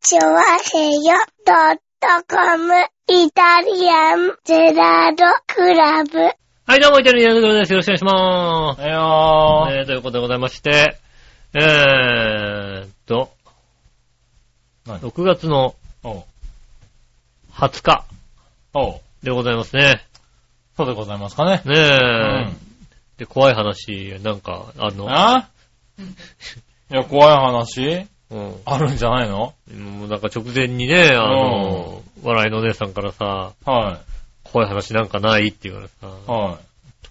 チョワヘヨドットコムイタリアンゼラードクラブ。はい、どうも、イタリアンズです。よろしくお願いしまえよす。えー、ということでございまして、えーっと、何6月のおう。 20日おう。でございますね。そうでございますかね。ねえ、うん。で、怖い話、なんか、あの、あ いや、怖い話うん、あるんじゃないのもうなんか直前にね、あの、笑いのお姉さんからさ、は怖い話なんかないって言われてさい。、は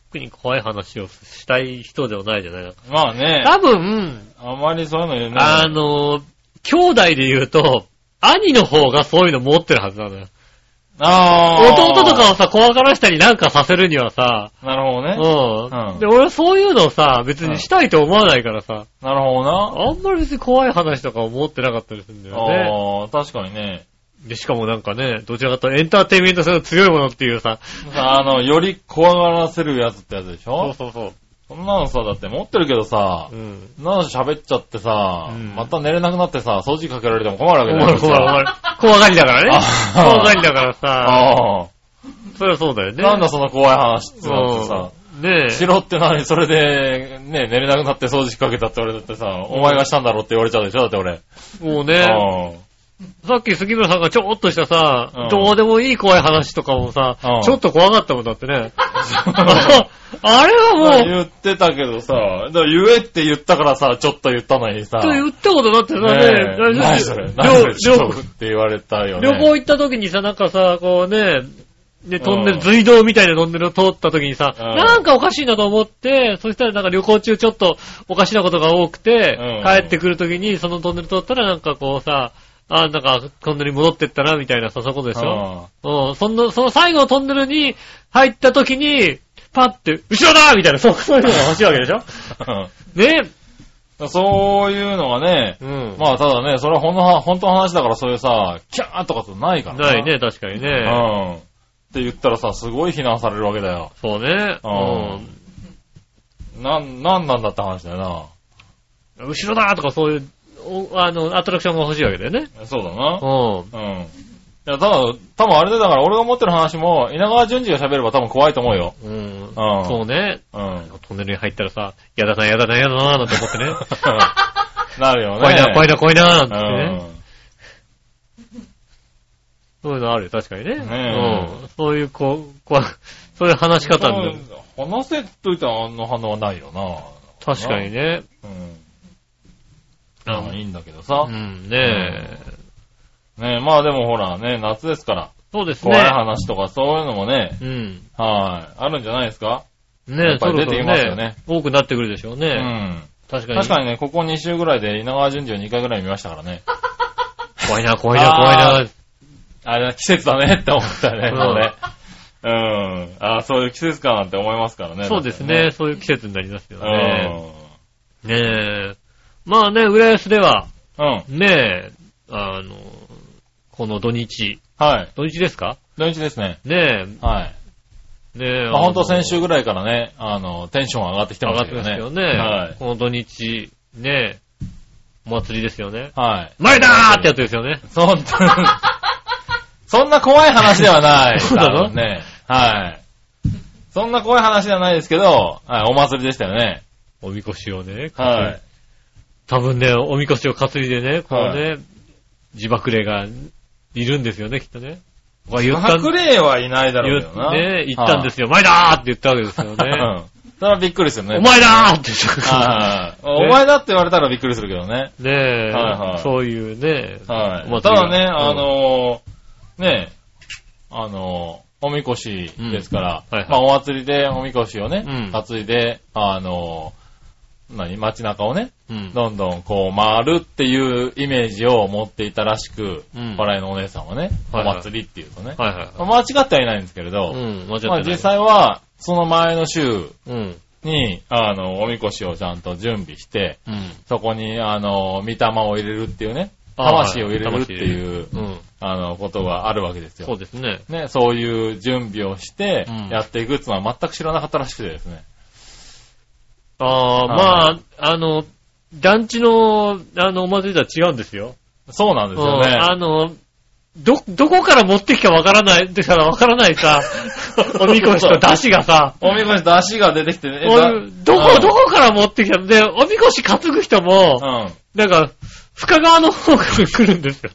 特に怖い話をしたい人ではないじゃないなんかい。まあね、多分、あまりそういうの言うね。あの、兄弟で言うと、兄の方がそういうの持ってるはずなのよ。あー弟とかをさ、怖がらしたりなんかさせるにはさ、なるほどうね。ん。うんで、俺はそういうのをさ、別にしたいと思わないからさ、なるほどな。あんまり別に怖い話とか思ってなかったりするんだよね。あー確かにね。で、しかもなんかね、どちらかというとエンターテインメント性の強いものっていうさ、あの、より怖がらせるやつってやつでしそうょそうそう。そんなのさ、だって持ってるけどさう、ん。そんなの喋っちゃってさ、うんまた寝れなくなってさ、掃除機かけられても困るわけだよ。怖い怖い怖い。怖がりだからね。あ怖がりだからさ、ああ。そりゃそうだよね。なんだその怖い話ってなってさ。うんねえ し。ろって何それで、ね、寝れなくなって掃除しかけたって俺だってさ、お前がしたんだろって言われちゃうでしょだって俺。もうね、さっき杉村さんがちょっとしたさ、うんどうでもいい怖い話とかもさ、うんちょっと怖かったもんだって ね。 あれはうん。もう、 言ってたけどさ、だから言えって言ったからさ、ちょっと言ったのにさ。と言ったことだってさ、ねえ、ね何それ何それ旅ちょっとって言われたよね。旅行行った時にさ、なんかさ、こうね、で、トンネうル、ん隧道みたいなトンネルを通った時にさ、うんなんかおかしいなと思って、そしたらなんか旅行中ちょっとおかしなことが多くて、うん帰ってくる時にそのトンネル通ったらなんかこうさ、あ、なんかトンネルに戻ってったな、みたいなさ、そういうことでしょ、うん、その、その最後のトンネルに入った時に、パッて、後ろだみたいな、そう、そういうのが欲しいわけでしょねうん。 そういうのがね、うん。まあただね、それはほんのは、本当の話だからそういうさ、キャーとかってないからない。ね、確かにうね。ん。って言ったらさ、すごい非難されるわけだよ。そうね。うなん、なんなんだって話だよん。後ろだとかそういう、おあの、アトラクションが欲しいわけだよね。な。そうだな。ううん。いや、ただ、多分あれでだから、俺が持ってる話も、稲川淳二が喋れば多分怖いと思うよ。ん。うん。うんそうね。 うん。トンネルに入ったらさ、やだな、やだな、やだな、なんて思ってね。なるよね。怖いな、怖いな。な、怖いな、なんてね。うそういうのあるよ、確かにね。ねうん。そういう、こう、こう、そういう話しん。方多になる分話せといたらあの反応はないよな。確かにね。うん。あまあいいんだけどさう。ん、ねえ。ねまあでもほらね、夏ですから、そうですね怖。い話とかそういうのもね、うん。はい、あるんじゃないですかねやえ、っそぱろりそ出てきますろよねね、多くなってくるでしょううね。ん。確かに。確かにね、ここ2週ぐらいで稲川淳二を2回ぐらい見ましたからね。怖いな、怖いな、怖いな。あれだ、季節だねって思ったね、 うんもうね。うん。ああ、そういう季節かなんて思いますからね。そうですね、そういう季節になりますよだってね。ね。ねえ。まあね、浦安では、うん。うん。ねえ、あの、この土日、はい。土日ですか土日ですね。ねはい。え、ねえ。まあ、あのほんと先週ぐらいからね、あの、テンション上がってきて上まがすっけてまどね。すよね。はい。この土日、ねえ、お祭りですよね。はい。前だーってやつですよね。そんそんな怖い話ではない。 そうなの多分ね。はい。そんな怖い話ではないですけど、はい、お祭りでしたよね。おみこしをね、はい。多分ね、おみこしを担いでね、こうね、自爆霊がいるんですよね、きっとね。僕は言った白霊はいないだろうけどな。言っね、言ったんですすよ。前だーって言ったわけですよよね。 うん。それはびっくりですよね。お前だーってはいはいはいねお前だって言われたらびっくりするけどね。言った。ねえ、はいはいそういうね、はおい。た祭りがだね、あのー、ね、あのー、おみこしですから、うんはいはいまあお祭りでおみこしをねうん、担いで、あのー、何街中をね、うんどんどんこう回るっていうイメージを持っていたらしくうん、笑いのお姉さんはね、おはいはい祭りっていうとね、はいはまあ間違ってはいないんですけれい。うど、ん、間違ってまなあい。実際は、その前の週うん、に、あの、おみこしをちゃんと準備して、うん。そこに、あの、御霊を入れるっていうね、あー魂を入れるっていう、うん、あの、ことがあるわけですそうよ。ですね。ね、そういう準備をしてうん、やっていくっていうのは全く知らなかったらしくてですね。ああ、まあ、あの、団地の、あの、お祭りとは違うんですよ。そうなんですようね。んあの、ど、どこから持ってきたわからない、でからわからない さ、おみこしと出汁がさ、おみこしと足が出てきてね。えおだどこ、うんどこから持ってきたんで、おみこし担ぐ人も、うん。なんか、深川の方から来るんですよ。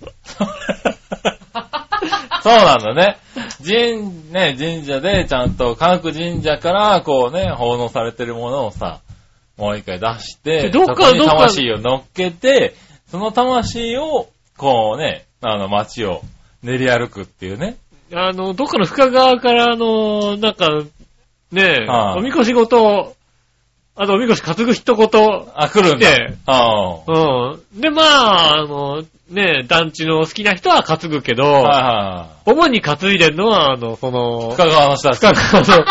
そうなんだね。神、ね、神社でちゃんと各神社からこうね、奉納されてるものをさ、もう一回出して、でどっかそこにどっか魂を乗っけて、その魂を、こうね、あの街を練り歩くっていうね。あの、どっかの深川から、あの、なんか、ねえ、はいおみこしごと、あとおみこし担ぐ人ごと、あ、来るんだ。来てああ。うん。で、まあ、あの、ねえ、団地の好きな人は担ぐけど、はいは主に担いでるのは、あの、その、い。深川の人たち。深川の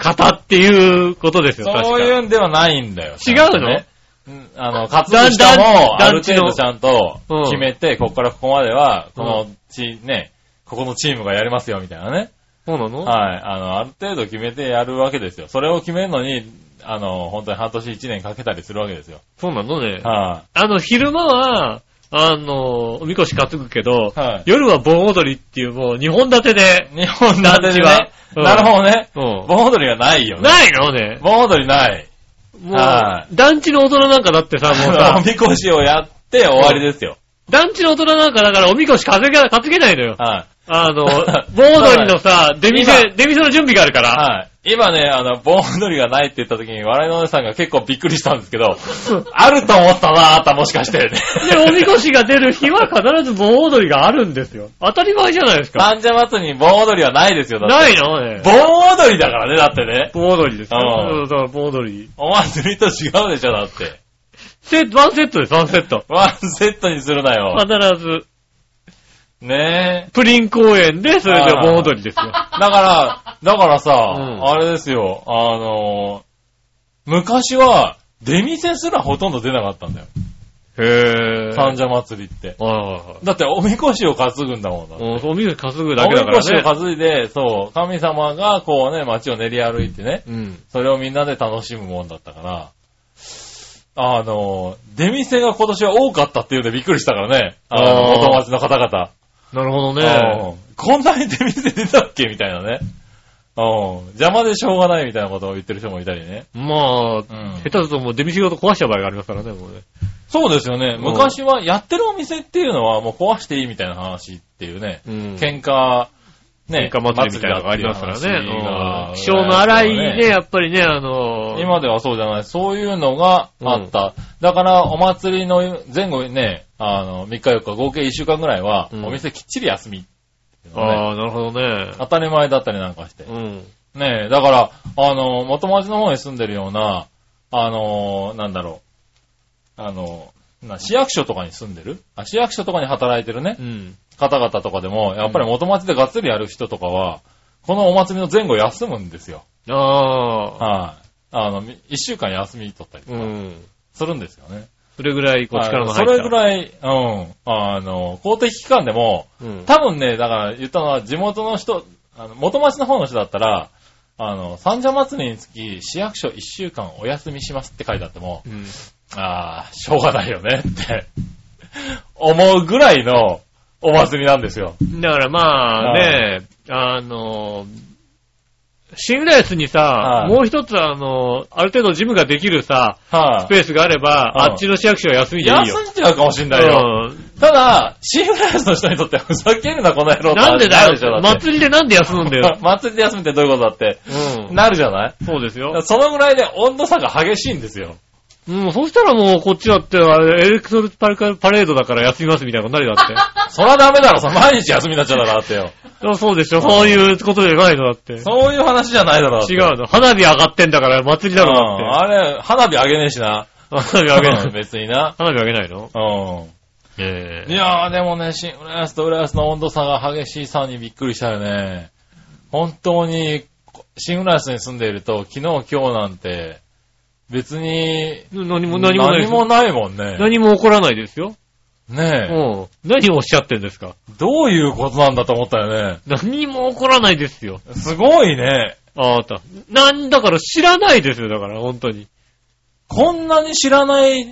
方っていうことですよ、確かそういうんではないんだよ。違うのちゃんとねうんあの、活動したも、あ団団る地程の度ちゃんとうん決めて、ここからここまでは、こうのチ、ね、ここのチームがやりますよ、みたいなね。そうなのはい。あの、ある程度決めてやるわけですよ。それを決めるのに、あの、本当に半年1年かけたりするわけですよ。そうなのね。はあの、昼間は、あの、おみこし担ぐけどい。、はい。夜は盆踊りっていうもう、二本立てで、日本なんでね。うんなるほどね。う盆踊りがないよん。ね。ないのね。盆踊り ない。もはう、団地の大人なんかだってさ、あもう の、おさ、みこしをやって終わりですよ。団地の大人なんかだからおみこし担げ担げないのよ。はい。あ の、盆踊りのさ、出店、出店の準備があるから。はい。今ね、あの、盆踊りがないって言った時に、笑いのお姉さんが結構びっくりしたんですけど、あると思ったなあったもしか して。で、おみこしが出る日は必ず盆踊りがあるんですよ。当たり前じゃないですか。三社祭りに盆踊りはないですよ、だって。ないのね。盆踊りだからね、だってね。盆踊りですよ。うそうそう、盆踊り。お祭りと違うでしょ、だって。セワンセットです、ワンセット。ワンセットにするなよ。必ず、ねプリン公園で、それで盆踊りですよ。え。だから、だからさ、うんあれですよ、あの昔は、出店すらほとんど出なかったんだよ。へぇー。三社祭りって。はいはいだって、おみこしを担ぐんだもんだってはい。うんおみこし担ぐだおけだみかこしをらね。担いで、そう、神様がこうね、街を練り歩いてね、うん。それをみんなで楽しむもんだったから、あの、出店が今年は多かったっていうんでびっくりしたからね、あの、あー元町の方々。なるほどね。うんこんなに出店出たっけみたいなね。うん邪魔でしょうがないみたいなことを言ってる人もいたりね。まあ、うん下手だともう出店ごと壊しちゃう場合がありますからね、もうね。そうですよね。うん昔はやってるお店っていうのはもう壊していいみたいな話っていうね。うん喧嘩、ね、喧嘩祭りみたいなのがありますから祭りだっていうね。話が気象の荒いね、やっぱりね、あの、今ではそうじゃない。そういうのがあった。だから、お祭りの前後にね、あの、3日4日、合計1週間ぐらいは、うんお店きっちり休みっていうのね、ああ、なるほどね。当たり前だったりなんかしてう。ん。ねえ、だから、あの、元町の方に住んでるような、あの、なんだろう、あの、な市役所とかに住んでるあ市役所とかに働いてるねう、ん。方々とかでも、やっぱり元町でがっつりやる人とかは、このお祭りの前後休むんですよ。ああ、はい、あ。の、1週間休み取ったりとうかん。するんですよね。それぐらい、こう、力の入った。それぐらい、うん、あの、公的機関でも、うん。多分ね、だから言ったのは地元の人、あの、元町の方の人だったら、あの、三社祭りにつき市役所1週間お休みしますって書いてあっても、うんああ、しょうがないよねって、思うぐらいのお祭りなんですよ。だからまあね、あの、シングレースにはさ、いもう一つあの、ある程度ジムができるさ、はスペースがあれば、うんあっちの市役所は休みい。でいいよ。休んじゃうかもしんないよ。うんただ、シングラスの人にとってはふざけるな、この野郎ってなんでだなよるでしょ。だって祭りでなんで休むんだよ。 祭りで休みってどういうことだって。うん。なるじゃないそうですだからよ。そのぐらいで温度差が激しいんですよ。うん、そしたらもうこっちだって、あれエレクトルパルカパレードだから休みますみたいなことになるよだ っそらダメだろ、その毎日休みになっちゃうだろ、だってよ。てあ。そうでしょ。そういうことじゃないのだって。 そういう話じゃないだろ、だって違うの。花火上がってんだから祭りだろうんだって。あれ、花火あげねえしな。 花火上げなうんい。別にな。花火上げないのえうん。えいやー、でもね、新浦安と浦安の温度差が激しいさにびっくりしたよね。本当に、新浦安に住んでいると、昨日、今日なんて、別に、何も、何もないです何もないもんね。何も起こらないですよ。うねん。何をおっしゃってんですかえ、どういうことなんだと思ったよね。何も起こらないですよ。すごいね。あなた。なんだから知らないですよ、だから、本当に。こんなに知らない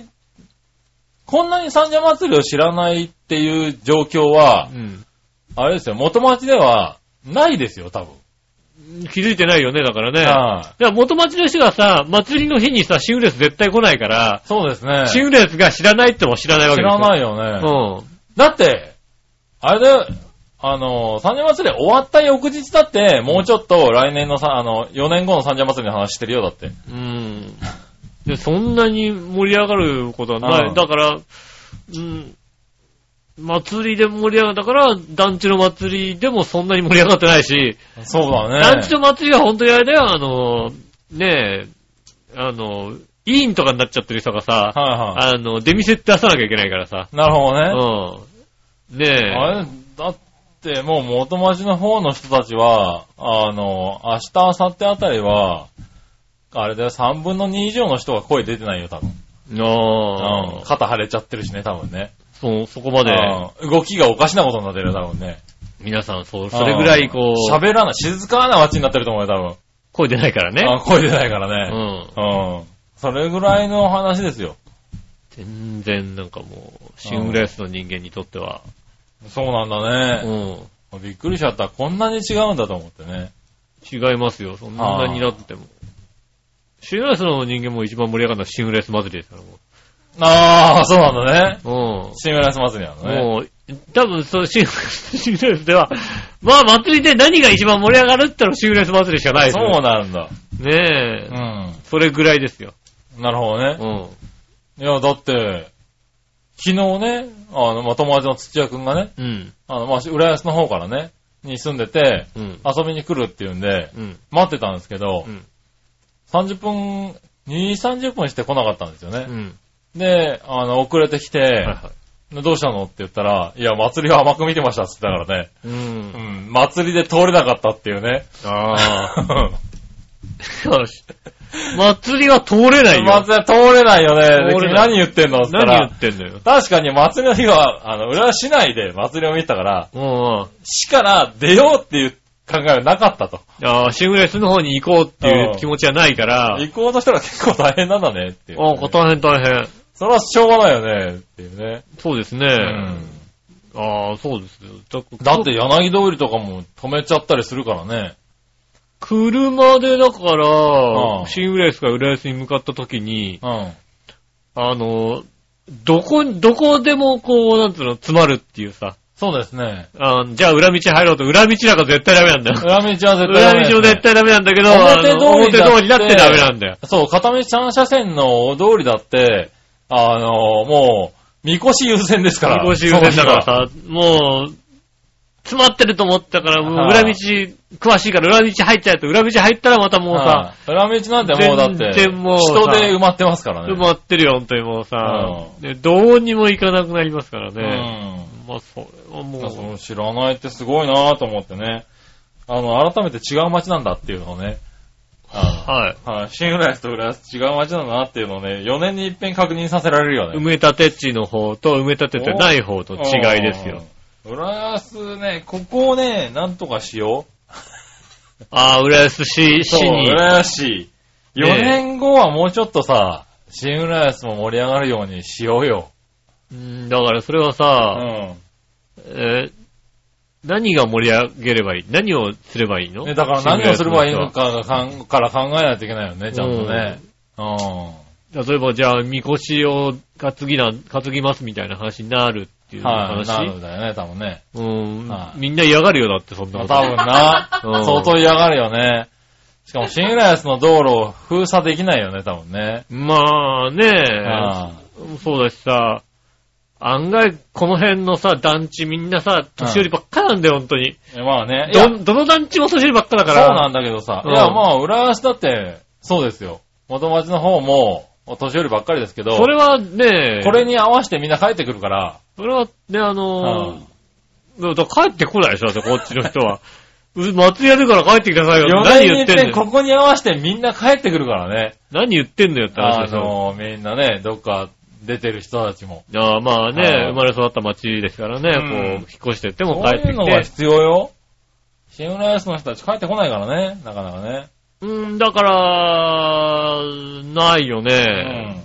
こんなに三社祭りを知らないっていう状況は、うん。あれですよ、元町ではないですよ、多分。気づいてないよね、だからね。はいだから元町の人がさ、祭りの日にさ、シングレース絶対来ないから、そうですね。シングレースが知らないっても知らないわ知けですらよ。ないよね。うん。だって、あれだよ、あの、三社祭り終わった翌日だって、もうちょっと来年のさ、あの、4年後の三社祭りの話してるよ、だって。うん。で、そんなに盛り上がることはなうんい。だから、うん。祭りで盛り上がったから、団地の祭りでもそんなに盛り上がってないし、そうだね。団地の祭りは本当にあれだよ、あの、ねえ、あの、委員とかになっちゃってる人がさ、はいはあの、出店って出さなきゃいけないからさ、い。なるほどうね。ん。ねえ。あれ、だってもう元町の方の人たちは、あの、明日、明後日あたりは、あれだよ、3分の2以上の人が声出てないよ、多分。ああ、うん。肩腫れちゃってるしね、多分ね。そう、そこまで、うん動きがおかしなことになってるよ、多分ね。皆さん、そう、それぐらい、こうんう、喋らない、静かな街になってると思うよ、多分。声出ないからね。あ声出ないからうね。ん。うん。それぐらいの話ですよ。全然、なんかもう、シングレースの人間にとっては、そうなんだうね。ん。びっくりしちゃった。こんなに違うんだと思ってね。違いますよ、そんなになっても。シングレースの人間も一番盛り上がるのはシングレース祭りですから、ああ、そうなんだね。もう。シングラス祭りなのうん。ね。もう、多分、そのシングレース、シングレースでは、まあ、祭りで何が一番盛り上がるってのはシングレース祭りしかないですそうよ。なんだ。ねえ、うそれぐらいですよ。ん。なるほどねう。ん。いや、だって、昨日ね、あの、まあ、友達の土屋くんがね、うん。あの、まあ、浦安の方からね、に住んでて、うん。遊びに来るっていうんで、うん。待ってたんですけど、うん30分、2、30分して来なかったんですよねう。ん。で、あの、遅れてきて、はいはい。どうしたのって言ったら、いや、祭りは甘く見てましたって言ってたからね、うんう。ん、祭りで通れなかったっていうね。ああ。よし。祭りは通れないよ。 祭りは通れないよね。で通れな君い何言ってんのって言った何言らっ、てんだよ。確かに祭りの日は、あの、浦和市内で祭りを見てたから、うんうん。市から出ようっていう考えはなかったと。ああ、シングレースの方に行こうっていううん気持ちはないから、あ行こうとしたら結構大変なんだねっていう、あ、大変大変。それはしょうがないよねっていうね。そうですね。ああ、そうですよ。だって、柳通りとかも止めちゃったりするからね。車でだからう、んシングレースから浦安に向かった時に、うん。あの、どこ、どこでもこう、なんつうの、詰まるっていうさ。そうで すね。あじゃあ裏道入ろうと、裏道なんか絶対ダメなんだよ。裏道は絶対裏ダメですね道も絶対ダメなんだけど、表あの通りだって表通りだってダメなんだよ。そう、片道三車線の大通りだって、あの、もう、みこし優先ですから。見越し優先だからさ、もう、詰まってると思ったから、もうは裏い道、詳しいから裏道入っちゃうと、裏道入ったらまたもうさ、はい裏道なんてもうだって、全然もうさ人で埋まってますからね。埋まってるよ、本当にもうさ、うでどうにも行かなくなりますからね。うん。まあ、それはも、いやそうの知らないってすごいなぁと思ってね。あの、改めて違う街なんだっていうのをね。あはい。の はい。新浦安と浦安違う街なんだなっていうのをね、4年に一遍確認させられるよ埋ね。め立て地の方と埋め立ててない方と違いですよ。うん。浦安ね、ここをね、なんとかしよああ、浦安市、う。市に。そう浦安市。4年後はもうちょっとさ、新浦安も盛り上がるようにしようよ。うんだからそれはうさ、ん。えー何が盛り上げればいい何をすればいいのね、だから何をすればいいのかがかんから考えないといけないよね、ちゃんとね。うん例えばじゃあ、みこしを担ぎな、担ぎますみたいな話になるっていうはい、話。なるんだよね、多分ね。うん、はいみんな嫌がるよ、だってそんなまこあと。多分な、うん相当嫌がるよね。しかも、新浦安の道路を封鎖できないよね、多分ね。まあね、あそうだしさ、案外この辺のさ、団地みんなさ、年寄りばっかなんだよ、本当に。あまあね、いや、そうど、どの団地も年寄りばっかだから。なんだけどさ、うんいや、まあ、浦安だって、そうですよ。元町の方も、お年寄りばっかりですけど、それはね、これに合わせてみんな帰ってくるから、それはね、あのうーだから帰ってこないでしょ、だってこっちの人は。う祭りやるから帰ってきなさいよ4。何年に言一ってんの遍よ。ここに合わせてみんな帰ってくるからね。何言ってんのよって話あでしょ。の、みんなね、どっか出てる人たちも。ああまあね、はい生まれ育った町ですからね、うんこう、引っ越してってもそう帰っいてうきのがて。必要よ。新浦安の人たち帰ってこないからね、なかなかね。うん、だから、ないよね。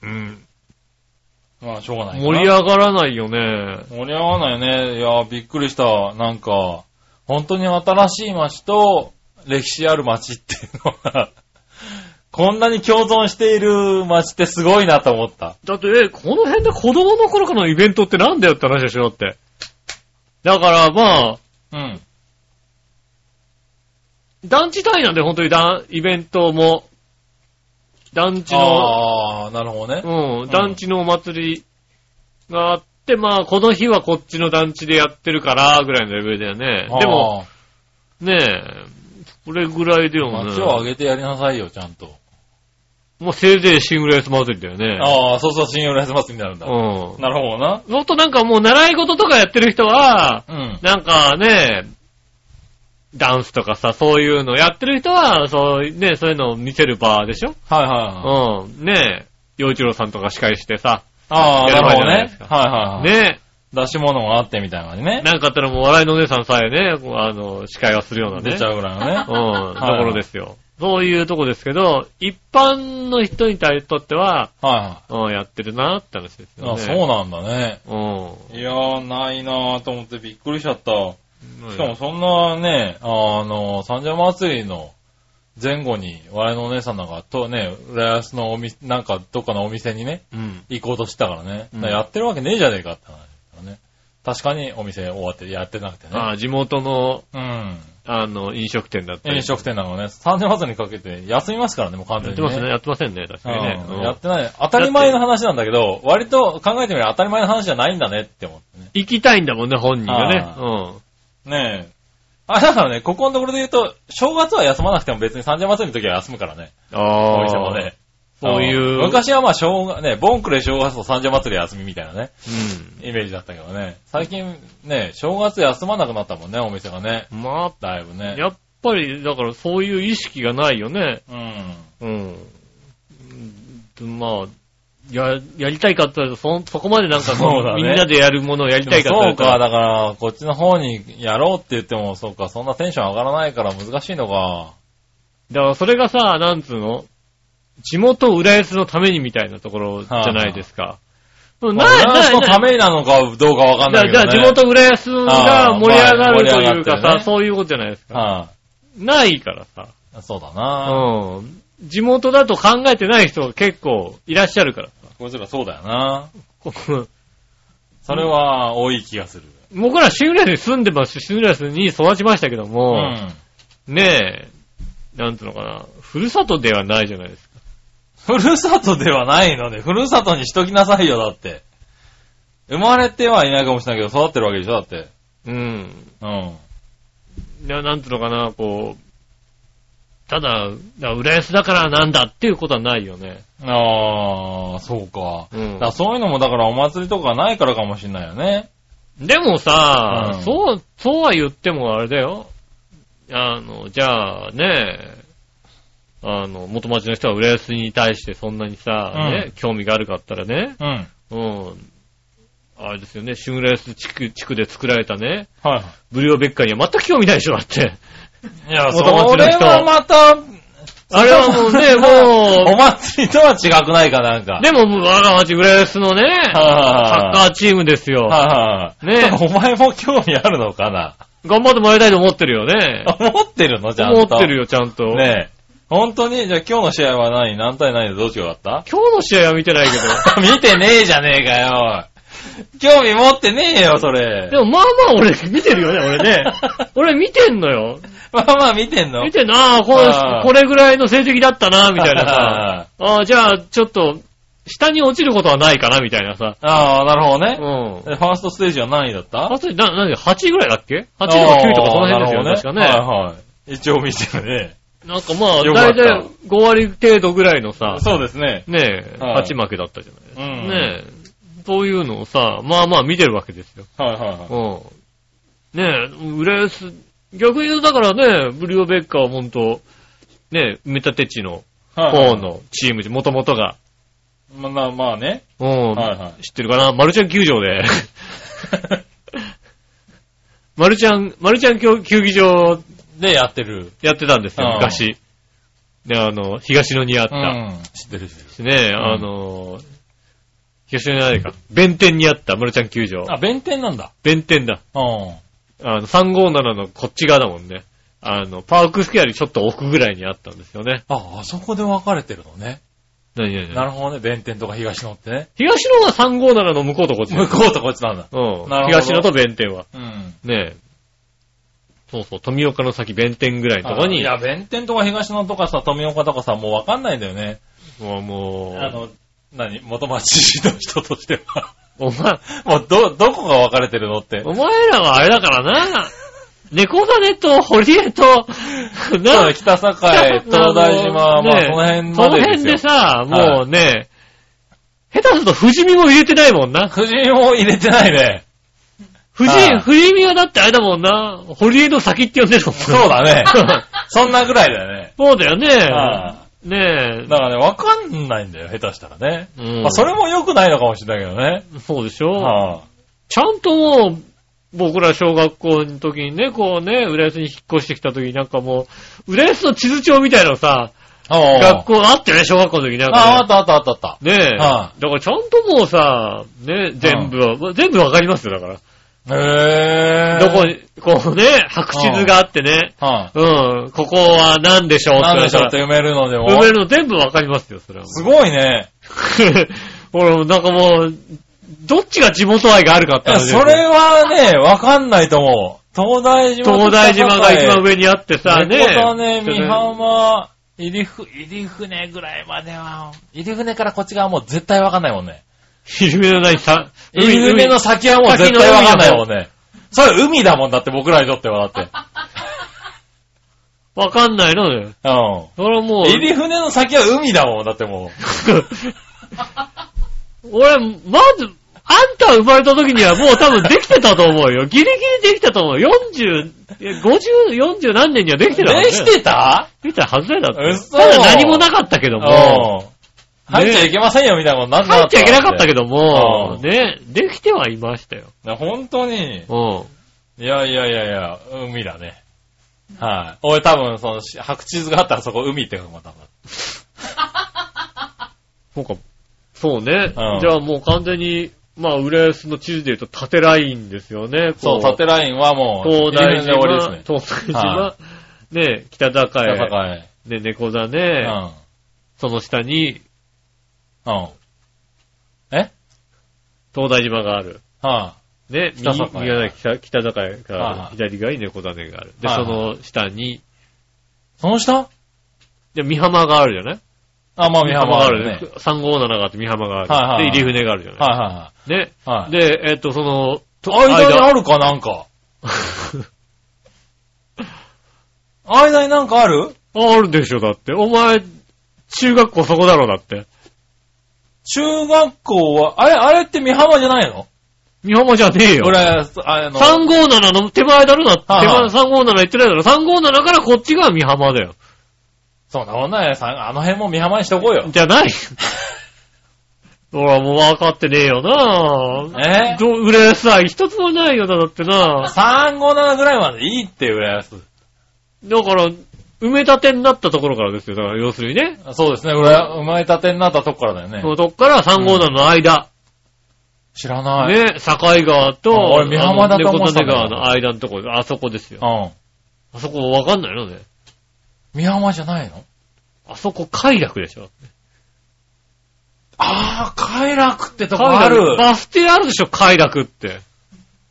うんうん。まあ、しょうがないかな。盛り上がらないよね。盛り上がらないよね。いや、びっくりした。なんか、本当に新しい街と歴史ある街っていうのは、 こんなに共存している街ってすごいなと思った。だって、え、この辺で子供の頃からのイベントってなんだよって話でしょだって。だから、まあ、うん。団地単位なんで、本当に団、イベントも、団地の、ああ、なるほどね。ううんん、団地のお祭りがあって、まあ、この日はこっちの団地でやってるから、ぐらいのレベルだよね。でも、ねえ、これぐらいだあよー、ね。街を上げてやりなさいよ、ちゃんと。もうせいぜいシングルエース祭りだよね。ああ、そうそう、信用レスマスになるんだ。うん。なるほどな。もっとなんかもう習い事とかやってる人は、うん。なんかね、ダンスとかさ、そういうのやってる人は、そういう、ね、そういうのを見せる場でしょはいはいはい。うん。ねえ、洋一郎さんとか司会してさ、ああ、なやれるばいいほじゃどないでねす。かはいはいはい。ね出し物があってみたいな感じえ、ね。なんかあったらもう笑いのお姉さんさえね、こうあの、司会をするようなね出ち、ゃうぐらいの ね。うん、ところですよ。そういうとこですけど、一般の人にとっては、はいはい。うん、やってるなって話ですよね。あ、そうなんだね。うん。いやー、ないなーと思ってびっくりしちゃった。しかそもそんなね、あの、三社祭りの前後に、我々のお姉さんなんか、とね、浦安のお店、なんかどっかのお店にね、うん。行こうとしてたからね。うんだからやってるわけねえじゃねえかって話だからね。確かにお店終わってやってなくてあね。あ、地元の、うん。あの、飲食店だったり。飲食店なのね、三社祭りにかけて休みますからね、もう完や全ってに、ますね。やってませんね、確かにね。ううんんやってない。当たり前の話なんだけど、割と考えてみれば当たり前の話じゃないんだねって思ってね。行きたいんだもんね、本人がねあ。うん。ねえ。あ、だからね、ここのところで言うと、正月は休まなくても別に三社祭りの時は休むからね。あお店もね。そういう。あの昔はまあ、正月、ね、ボンクレ正月と三社祭り休みみたいなね、うイメージだったけどね。最近ね、正月休まなくなったもんね、お店がね。ん。まだいぶあ、ね。やっぱり、だからそういう意識がないよね。うん。うん。うんまあ、や、やりたいかって言われたら、そ、そこまでなんかそうだみねんなでやるものをやりたいかって言わそうれたか、ら。だから、こっちの方にやろうって言っても、そうか、そんなテンション上がらないから難しいのか。だからそれがさ、なんつうの地元浦安のためにみたいなところじゃないですか。うんまなあな浦安のためになのかどうかわかんないけじゃど、あね。地元浦安が盛り上がるというかあーまあ盛り上がってるさ、ねそういうことじゃないですか。はないからさ。い、そうだな。うん。地元だと考えてない人が結構いらっしゃるからさ。こいつらそうだよな。ここそれは多い気がする。僕らシングラスに住んでますし、シングラスに育ちましたけどうも、ん。ねえ、なんつうのかな、ふるさとではないじゃないですか。ふるさとではないので、ふるさとにしときなさいよ、だって。生まれてはいないかもしれないけど、育ってるわけでしょ、だって。うん。うん。ななんつうのかな、こう、ただ、だ浦安だからなんだっていうことはないよね。ああ、そうか。うんだからそういうのも、だからお祭りとかないからかもしれないよね。でもさ、うんそう、そうは言ってもあれだよ。あの、じゃあね、あの、元町の人は浦安に対してそんなにさ、うんね、興味があるかったらね、うん。はいうん、あれですよね、シュンレース地区、地区で作られたね、はい。ブリオベッカには全く興味ないでしょ、だって。いや、そ元町の人れはまた、あれはもう ね、もお祭りとは違くないかなんか。う、でも、我が町浦安のね、はいサッはカーチームですいよ。はい。はいはい。ねお前も興味あるのかな頑張ってもらいたいと思ってるよね。思ってる のちゃんと。思ってるよ、ちゃんと。ねえ。本当にじゃあ今日の試合は何何対何でどっちが勝った今日の試合は見てないけど。 見てねえじゃねえかよ、おい興味持ってねえよ、それ で。もまあまあ俺見てるよね、俺ね。俺見てんのよ。まあまあ見てんの見てんのああ、これあーこれぐらいの成績だったな、みたいなさ。 ああ、じゃあちょっと、下に落ちることはないかな、みたいなさ。ああ、なるほどうん。ね。えファーストステージは何位だったあと、な、なに、8位ぐらいだっけ ?8 位とか9位とかその辺ですよね、確かああなるね。ほどはいはい。一応見てるね。なんかまあ、よか大った体5割程度ぐらいのさ、そうですね。ねえ、はい勝ち負けだったじゃないですか。うん。ねえ、そういうのをさ、まあまあ見てるわけですよ。はいはいはい。うん。ねえ、浦安、逆に言うとだからね、ブリオベッカはほんと、ねえ、埋め立て地のはいはい方。のチームで、もともとが、まあまあまあね。うん、はいはい知ってるかなマルちゃん球場 で。マルちゃん、マルちゃん球球技場で、やってる。やってたんですよう、ん昔。で、あの、東野にあっうた。ん。知ってる知ってる。ねえ、んあの、決勝じゃないか。弁天にあった、マルちゃん球場。あ、弁天なんだ。弁天だ。うん。あの、357のこっち側だもんね。あの、パークスケアよりちょっと奥ぐらいにあったんですよね。あ、あそこで分かれてるのね。何何な何るほどね。弁天とか東野ってね。東野は357の向こうとこっち だ向よ。こうとこっちなんだ。うん。なるほど東野と弁天は。うん。ねえ。そうそう、富岡の先弁天ぐらいのとこいに、や、弁天とか東野とかさ、富岡とかさ、もう分かんないんだよね。もう、もうあの、何元町の人としては。 お前、もう、ど、どこが分かれてるのって。お前らはあれだからな。猫種と堀江と、 そうなだ、北栄、東 大島、まあ、その辺までそのです辺よで。さ、もうね、下手すると藤見も入れてないもんな。夫人を入れてないね。藤は井、い藤見はだってあれだもんな。堀江の先って呼んでるもんそうだ ね。そんなぐらいだよね。そうだよね。はねいだからね、わかんないんだよ、下手したらね。え。うんまあ、それも良くないのかもしれないけどね。そうでしょ、はちゃんともう、僕ら小学校の時にね、こうね、浦安に引っ越してきた時になんかもう、浦安の地図帳みたいなのさ、あおう学校あってね、小学校の時になんあ、あかったあったあったあった。ね。ねえ。はだからちゃんともうさ、ね、全部は、全部わかりますよ、だかへら。ぇどこに、こうね、白地図があってね、はうん、ここは何でしょうい。なんでしょうっってて埋めるのでも。埋めるの全部わかりますよ、そ れは。すごいね。俺もなんかもう、どっちが地元愛があるかっいてや、話だそよれはね、わかんないと思う。東大島東大島が一番上にあってさ、ね。猫とね、それ三浜、入船、入船ぐらいまでは、入船からこっち側はもう絶対わかんないもんね。入船のないさ、海入船の先はもう絶対わかんないもんね。それ海だもんだって僕らにとってはだって。海わかんないのよ。うん。それはもう、入船の先は海だもんだっても 俺、まず、あんた生まれた時にはもう多分できてたと思うよ。ギリギリできたと思う。40、いや50、40何年にはできてう。たできてたできたはずだよだって。嘘ただ何もなかったけうどん。も、入っちゃいけませんよみたいなことなん入っちゃいけなかったけど。ども、うんね、できてはいましたよ。本当に。うん。いやいやいやいや、海だね。はい。俺多分、その、し白地図があったらそこ海って書くもん多分。そうか。そうね。うんじゃあもう完全に、まあ、浦安の地図で言うと縦ラインですよね。こそう、縦ラインはもう、東入大り口で終わ島、りですね。東大島、はね、北高高江、い。ね、猫座うね、ん。その下にうん。え東大島がある。はね、北右栄右側に北北高江がはいはあいる。左側に猫座ねがある。で、はいそはいの下に、い。その下で、三浜があるじゃないあ、まあ、三浜があるね。 357があって三浜があはいはいはる。いで、入船があるじゃないはね。いはいはい。はい。で、えっと、その、 間にあるかなんか。間になんかあるあるでしょ、だって。お前、中学校そこだろ、だって。中学校は、あれ、あれって三浜じゃないの三浜じゃねえよ。俺、あの、 357の手前だろだって。はいはい手前357行ってないだろ。357からこっちが三浜だよ。そんなもんないあの辺も三浜にしとこうよ。じゃ ない。ほら、もう分かってねえよなえど、うれさい一つもないよな、だってな357ぐらいまでいいって、浦安。だから、埋め立てになったところからですよ。だから、要するにね。そうですね、浦生まれたてになったとこからだよねそ。のとこから357の間。知らない。ね、境川と、あ俺三浜だと思ってた猫んだ川の間のところ、あそこですよ。うん。あそこ分かんないのね。三浜じゃないのあそこ快楽でしょ。ああ、快楽ってとこ快あ楽る。バス停あるでしょ、快楽って。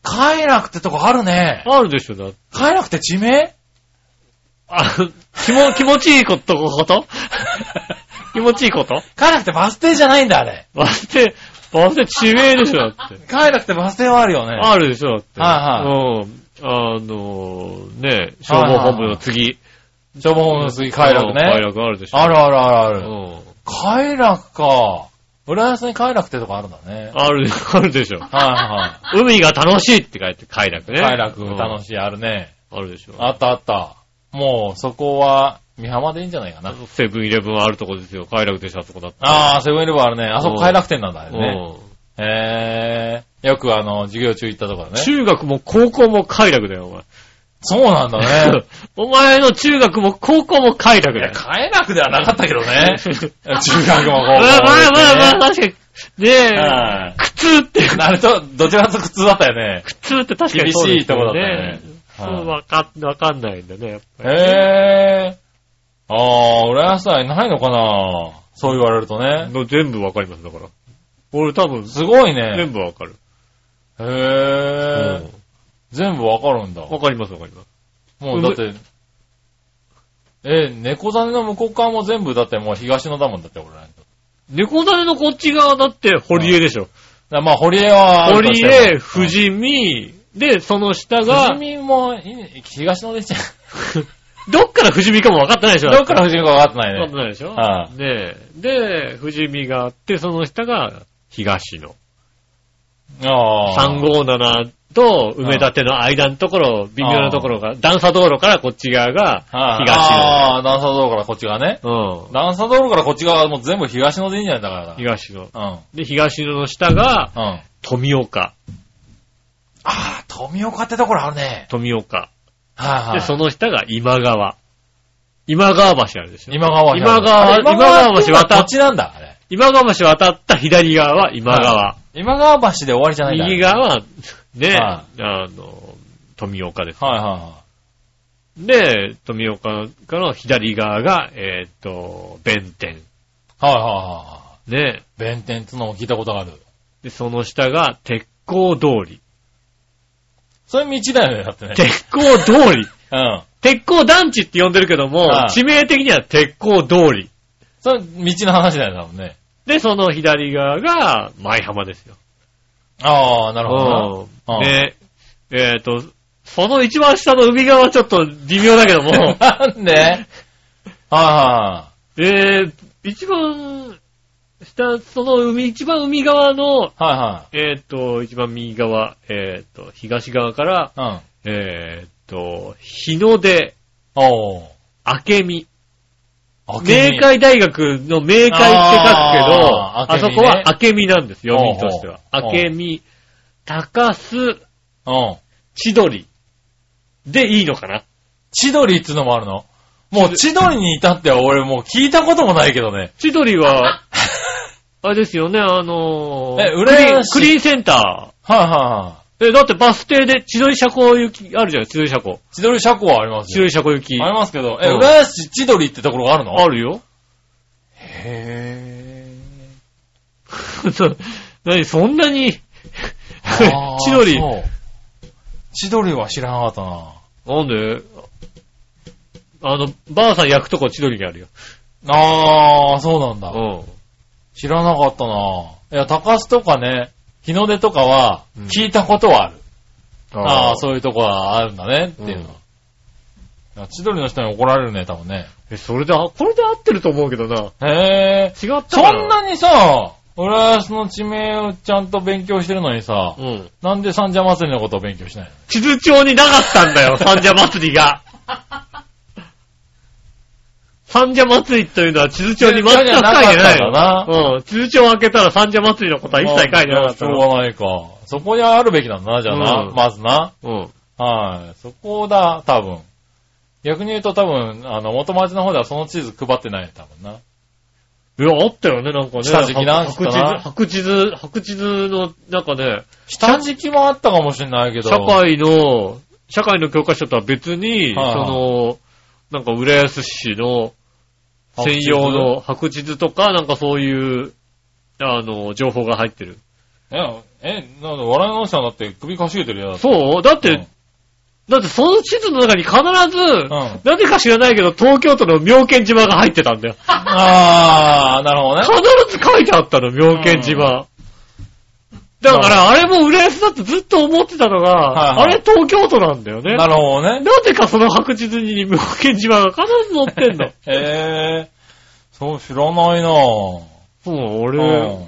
快楽ってとこあるね。あるでしょ、だって。快楽って地名あ、気 も、気持ちいいこと、こと気持ちいいこと快楽ってバス停じゃないんだ、あれ。バス停、バス停地名でしょ、だって。快楽ってバス停はあるよね。あるでしょ、だって。はうん。あのー、ね、消防本部の次。消防本部の次、快楽うん快ね。楽あるでしょ。あるあるあるうある。ん。快楽か。浦安に快楽ってとこあるんだね。ある、 あるでしょ。は海が楽しいって書いて、快楽いはね。 い。快楽、しい楽しい、あるね。。あるでしょ。あったあった。もう、そこは、三浜でいいんじゃないかな。セブンイレブンあるとこですよ。快楽でしょ、あそこだって。ああ、セブンイレブンあるね。あそこ快楽天なんだようん、ね。へえ。よくあの、授業中行ったとこだね。中学も高校も快楽だよ、お前。そうなん だね。お前の中学も高校も快楽いだよ。や、快楽ではなかったけどね。中学も高校もまあまあまあまあ、ね確かに、ねえ、はい。苦痛って、 なると、どちらかというと苦痛だったよね。苦痛って確かにそうですよね。厳しいとこだったねそうはいわかん、わかんないんだね、やっぱり。へえ。あー、裏野菜ないのかなそう言われるとね。の全部わかります、だから。俺多分、すごいね全。部わかる。へわ、え。全部わかるんだ。かります、わかります。もうだって、え、猫種の向こう側も全部だってもう東野だもんだって俺らにとって。猫種のこっち側だって堀江でしょ。だからまあ、堀江はあるとし堀ても、江、富士見、で、その下が、が富、士見もいいね、東野でしょ。どっから富士見かも分かってないでしょ。どっから富士見か分かってない分かってね。ないでしょ。はねいえ。で、富士見があって、その下が東野。ああ。 357と埋め立ての間のところ、微妙なところが、段差道路からこっち側がはい東ああ、段差道路からこっち側ね。野。うん。段差道路からこっち側はもう全部東野でいいんじゃないだから東野。な。うん。うん。で、東野の下があ富岡。あ、富岡ってところあるね。富岡。はいはい。で、その下が今川。今川橋あるでしょ。今川今川あれ今川橋渡っこっちなんだ、あれ。今川橋渡った左側は今川。今川橋で終わりじゃないんだ。右側は、ね、はあの、富岡です。はいはいはい。で、富岡から左側が、えーっと、弁天。はいはいはいはね。い。弁天っつうのも聞いたことがある。で、その下が鉄鋼通り。そういう道だよね、だってね。鉄鋼通り。うん。鉄鋼団地って呼んでるけどもは、い地名的には鉄鋼通り。それ道の話だよね、多分ね。で、その左側が舞浜ですよ。ああ、なるほどううんん。で、えーっと、その一番下の海側はちょっと微妙だけども、 な。なんではいはえー、一番、下、その海、一番海側の、いはい。はえーっ、と、一番右側、えーっ、と、東側から、いはい。えーっ、と、日の出、うん。おー。明美。明美明海大学の明海って書くけど、ああー明美ねそこは明美なんです、読みとしては。ほうほう明美、高須、うん。千鳥。でいいのかな千鳥っつうのもあるのもう千鳥に至っては俺もう聞いたこともないけどね。千鳥 は、あれですよね、あのーえ浦クリーン安市クリーンセンタはいはー。え、だってバス停で千鳥車庫行き、あるじゃん、千鳥車庫。い。千鳥車庫はあります千よ。鳥車庫行き。ありますけど、え、うん浦安市千鳥ってところがあるのあるよ。へ そう何そんなにぇ千鳥。千鳥は知らなかったなな。んであの、ばあさん焼くとこ千鳥にあるよ。あー、そうなんうだ。ん。知らなかったな。いや、高須とかね、日の出とかはうん聞いたことはある。あー、う。そういうとこはあるんだねっていうの。いや千鳥の人に怒られるね、多分ね。え、それで、あこれで合ってると思うけどな。へぇー。違ったそかんなにさ、浦安の地名をちゃんと勉強してるのにさ、うん。なんで三社祭りのことを勉強しないの地図帳になかったん だよ、三社祭りが。三社祭りというのは地図帳に全く書いていやないいやなかったよ。んだうん。地図帳を開けたら三社祭りのことは一切書いてなかったまあのしょうがないか。そこにあるべきなんだな、じゃあな。うんまずな。うん。はい。そこだ、多分。逆に言うと多分、あの、元町の方ではその地図配ってない、多分な。いや、あったよね、なんかね。下敷きな白地図下な、白地図、白地図の、なんかね、下敷きもあったかもしれないけど。社会の、社会の教科書とは別に、はいはいその、なんか浦安市の白専地図用の白地図とか、なんかそういう、あの、情報が入ってる。え、え、なんだ笑いのおじさんだって首かしげてるやつ。そうだっうてん、だってその地図の中に必ずん、なぜか知らないけど、東京都の妙見島が入ってたんだよ。あー、なるほどね。必ず書いてあったの、妙見島。だから、あれも浦安だってずっと思ってたのはいが、はあいれ東京都なんだよね。なるほどね。なぜかその白地図に妙見島が必ず載ってん の。へえそう、知らないなぁ。そう、うん俺、まあ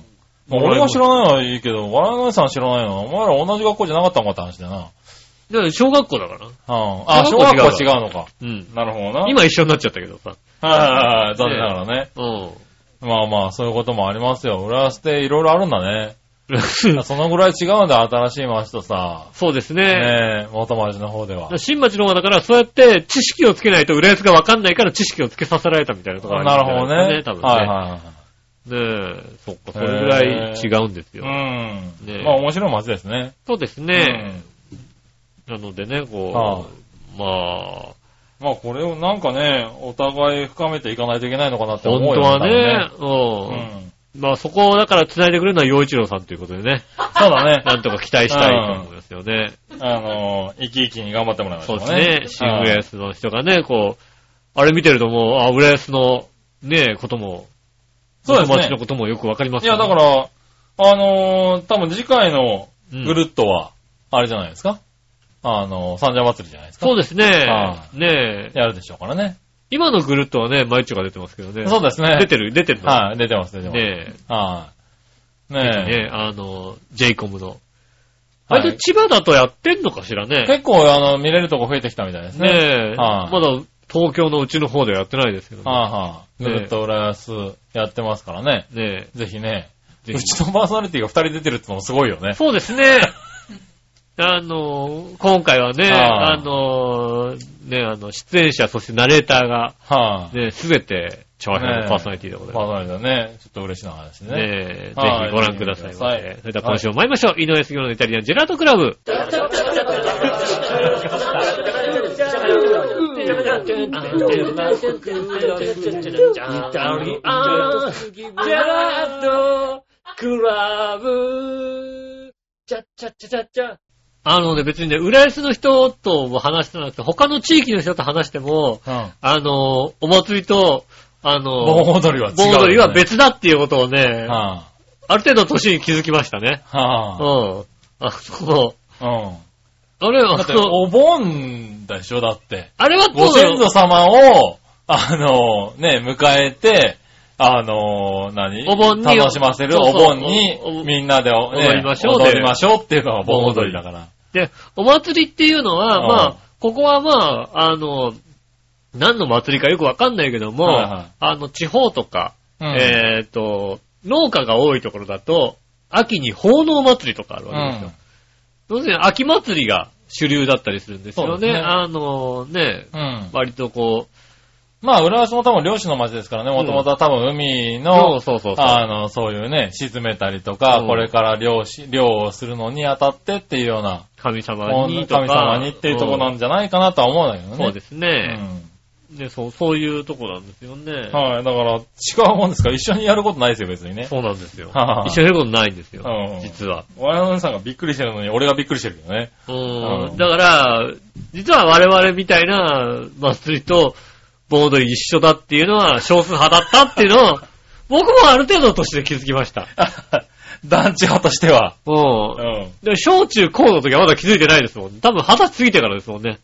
俺が知らないのはいいけど、笑いのおじさん知らないのお前ら同じ学校じゃなかったのかって話だよな。うん。だから小学校だから。あ、小小学学校校は違違ううのか。うん。なるほどな。今一緒になっちゃったけどさ。はいはいはい、残念ながらね。うん。まあまあ、そういうこともありますよ。裏捨ていろいろあるんだね。 そのぐらい違うんだ、新しい街とさ。そうですね。ねえ、元町の方では。新町の方はだから、そうやって知識をつけないと浦安がわかんないから知識をつけさせられたみたいなところなるほどね。多分ね。はいはいはい。ねえ、そっか、それぐらい違うんですうよ。ん。ねえまあ面白い街ですね。そうですね。なのでね、こう、まあ、うん。まあこれをなんかね、お互い深めていかないといけないのかなって思本うよ当はね、多分ねうん。まあそこをだから繋いでくれるのは陽一郎さんということで ね、うん。そうだね。なんとか期待したいと思うんですよね。あの、生き生きに頑張ってもらいましそょううですねね。。シングエースの人がね、こう、あれ見てるともう、あ、浦安の、ね、ことも、そうですね元町のこともよくわかりまうんすいや、だから、あのー、多分次回のうんぐるっとは、あれじゃないですか。あの、三社祭りじゃないですか。そうですねは。ねえ。やるでしょうからね。今のグループはね、マイチョが出てますけどね。そうですね。出てる、出てるの。はい、出てます、出てます。ねはい。え。ねえ。ねえ、あの、ジェイコムの。あはいれで千葉だとやってんのかしらね。結構、あの、見れるとこ増えてきたみたいですね。ねえ。はまいだ東京のうちの方ではやってないですけどね。はいはい。ねえぐるっと浦安やってますからね。ねぜひね。ぜひうちのパーソナリティが二人出てるってのもすごいよえ。ね。そうです ね。あの、今回はね、はあいの、ね、あの、出演者、そしてナレーターが、はい。ね、すべて、長編ねのえパーソナリティでございパーま。ソナリティだね。ちょっと嬉しな話ですねすね。え、ぜひはいご覧くださいませはい。それでは今週も参りましょう。井上杉村のイタリアンジェラートクラブ。あのね、別にね、浦安の人とも話してなくて、他の地域の人と話しても、うん。あの、お祭りと、あの、盆踊りは違う、盆踊りは。別だっていうことをね、はある程度の年に気づきましたね。あ、はうん。あ、そう。あ、うん。あれは、だって、そうお盆でしょだって。あれはどうごだ先祖様を、あの、ね、迎えて、あの、何お盆に楽しませるそうおそう盆におお、みんなでお、ね、踊りましょうで踊りましょうっていうのが盆踊りだから。で、お祭りっていうのは、うんまあ、ここはまあ、あの、何の祭りかよくわかんないけども、はいはいあの、地方とか、うんえっ、と、農家が多いところだと、秋に奉納祭りとかあるわけですよ。要するに秋祭りが主流だったりするんですよそうでね。すねあのね、うん。うん。割とこまあ、浦安も多分漁師の町ですからね、もともとは多分海う、の、そうそうそうそう。あの、そういうね、沈めたりとか、うんこれから漁師、漁をするのにあたってっていうような、神様に神とか。様にっていうとこなんじゃないかなとは思うんだけどうね。んそうですね、うんでそう。そういうとこなんですよね。はい、だから、違うもんですから、一緒にやることないですよ、別にね。そうなんですよ。はあ一緒にやることないんですよ、うん実は。我々のさんがびっくりしてるのに、俺がびっくりしてるけ どね。う。うんんだから、実は我々みたいな祭りと、ボード一緒だっていうのは少数派だったっていうのを、 僕もある程度の年で気づきました。団地派としては。う。うんん。でも小中高の時はまだ気づいてないですもん。多分二十歳過ぎてからですもんね。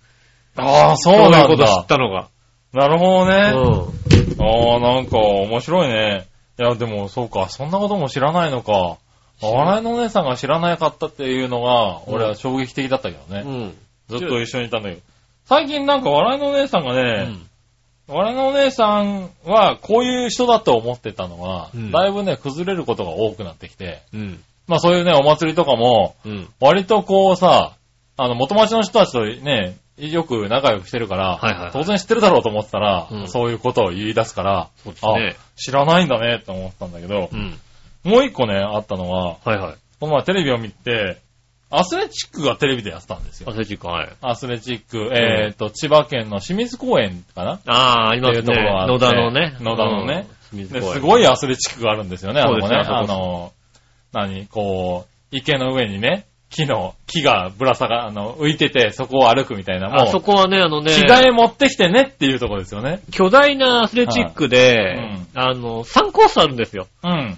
ああ、そういなうこんと知だっ。たのが。なるほどうね。ん。ああ、なんか、面白いね。いや、でも、そうか、そんなことも知らないのか。お笑いのお姉さんが知らなかったっていうのが、うん俺は衝撃的だったけどね。うん。ずっと一緒にいたんだけど。最近なんか、笑いのお姉さんがうね、ん笑いのお姉さんは、こういう人だと思ってたのが、うんだいぶね、崩れることが多くなってきて、うん。まあそういうね、お祭りとかも、うん。割とこうさ、あの、元町の人たちとね、よく仲良くしてるから、はいはいはい当然知ってるだろうと思ってたら、うんそういうことを言い出すから、そうですねあ、知らないんだねって思ったんだけどう、ん。もう一個ね、あったのは、はいはい。この前テレビを見て、アスレチックがテレビでやってたんですよア。スレチック、はい。アスレチック、えっ、と、千葉県の清水公園かなああ、今っていうところがあって野田のね。野田のねうん。で清水公園すごいアスレチックがあるんですよね、あのそうね。ですねああその、何こう、池の上にね、木の、木がぶら下が、あの、浮いてて、そこを歩くみたいな、あそもう、こはね、あのね。着替え持ってきてねっていうところですよね。巨大なアスレチックで、あの、3コースあるんですよ。うん。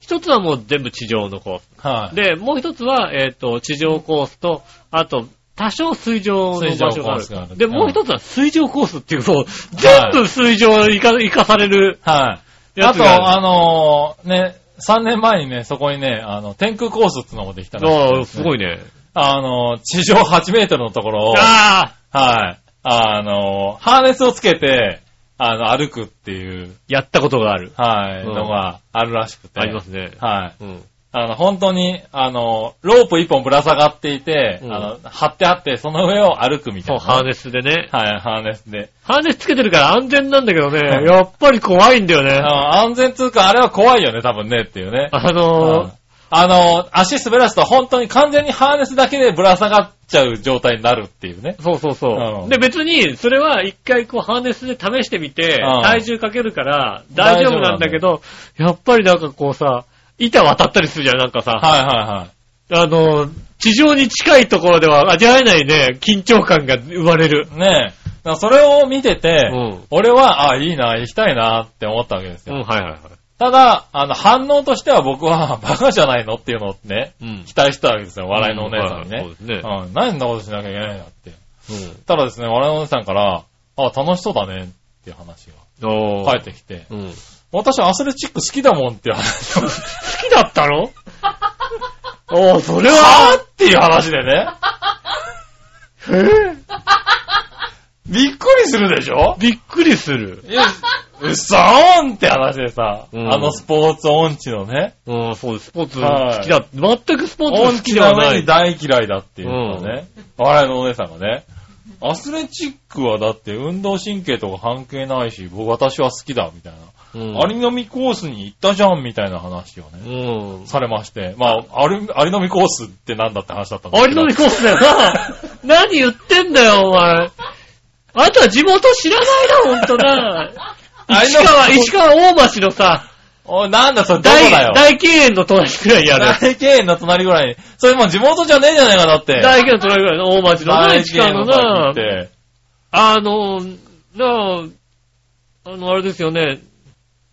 一つはもう全部地上のコーはス。い。で、もう一つは、えっ、と、地上コースと、あと、多少水上の場所があ水上コースがある。るで、うんもう一つは水上コースっていう、そう、全部水上に行か行かされる。はい。やあつがと、あのね、3年前にね、そこにね、あの、天空コースってのもできたああ、すごいい。ね。あの、地上8メートルのところを、ああはい。あの、ハーネスをつけて、あの、歩くっていう、やったことがある。はい、うんのがあるらしくて。ありますね。はい。うん。あの、本当に、あの、ロープ一本ぶら下がっていて、うんあの、張ってあって、その上を歩くみたそ、いうな。ハーネスでね。はい、ハーネスで。ハーネスつけてるから安全なんだけどね、やっぱり怖いんだよね。あの安全通過、あれは怖いよね、多分ね、っていうね。あうのんあの、足滑らすと本当に完全にハーネスだけでぶら下がっちゃう状態になるっていうね。ー、そうそうそうう。んで、別に、それは一回こう、ハーネスで試してみて、うん体重かけるから大丈夫なんだけど、やっぱりなんかこうさ、板渡ったりするじゃん、なんかさ。はいはあの、地上に近いところでは味わえないね、緊張感が生まれる。いはい。ねえ。だからそれを見てて、うん俺は、あ、いいな、行きたいなって思ったわけですうよ。ん、はいはいはい。ただ、あの、反応としては僕は、 バカじゃないのっていうのをね、うん期待してたわけですよ、笑いのお姉さんにね。そうですね。うん、何そんなことしなきゃいけないんだって。たらですね、笑いのお姉さんから、あ、楽しそうだねっていう話おーが返ってきて、うん。好私アスレチック好きだもんっていう 話を きだった のおー、それははぁっていう話でね。えーびっくりするでしょびっくりする。いや、うっそーんって話でさ、うんあのスポーツ音痴のね、うん、そうです。スポーツはい好きだ。全くスポーツが音好き痴ではなな上にい。大嫌いだっていうのね、笑いのお姉さんがね、アスレチックはだって運動神経とか関係ないし、僕私は好きだみたいな。うんアリノミコースに行ったじゃんみたいな話をね、うん。されまして、まあ、アリアリノミコースってなんだって話だったんですあけりど。のみコースだよな。 何言ってんだよ、お前。あとは地元知らないな、ほんと な。あれ石の川、石川大町のさ、おいなんだそれ、どこだ大、よ。大敬遠の隣くらいにある。大経営の隣ぐらいに。それもう地元じゃねえじゃねえか、だって。大敬遠の隣くらいの大町のね、経営近のの隣なっ、て。あの、なあ、あの、あれですよね、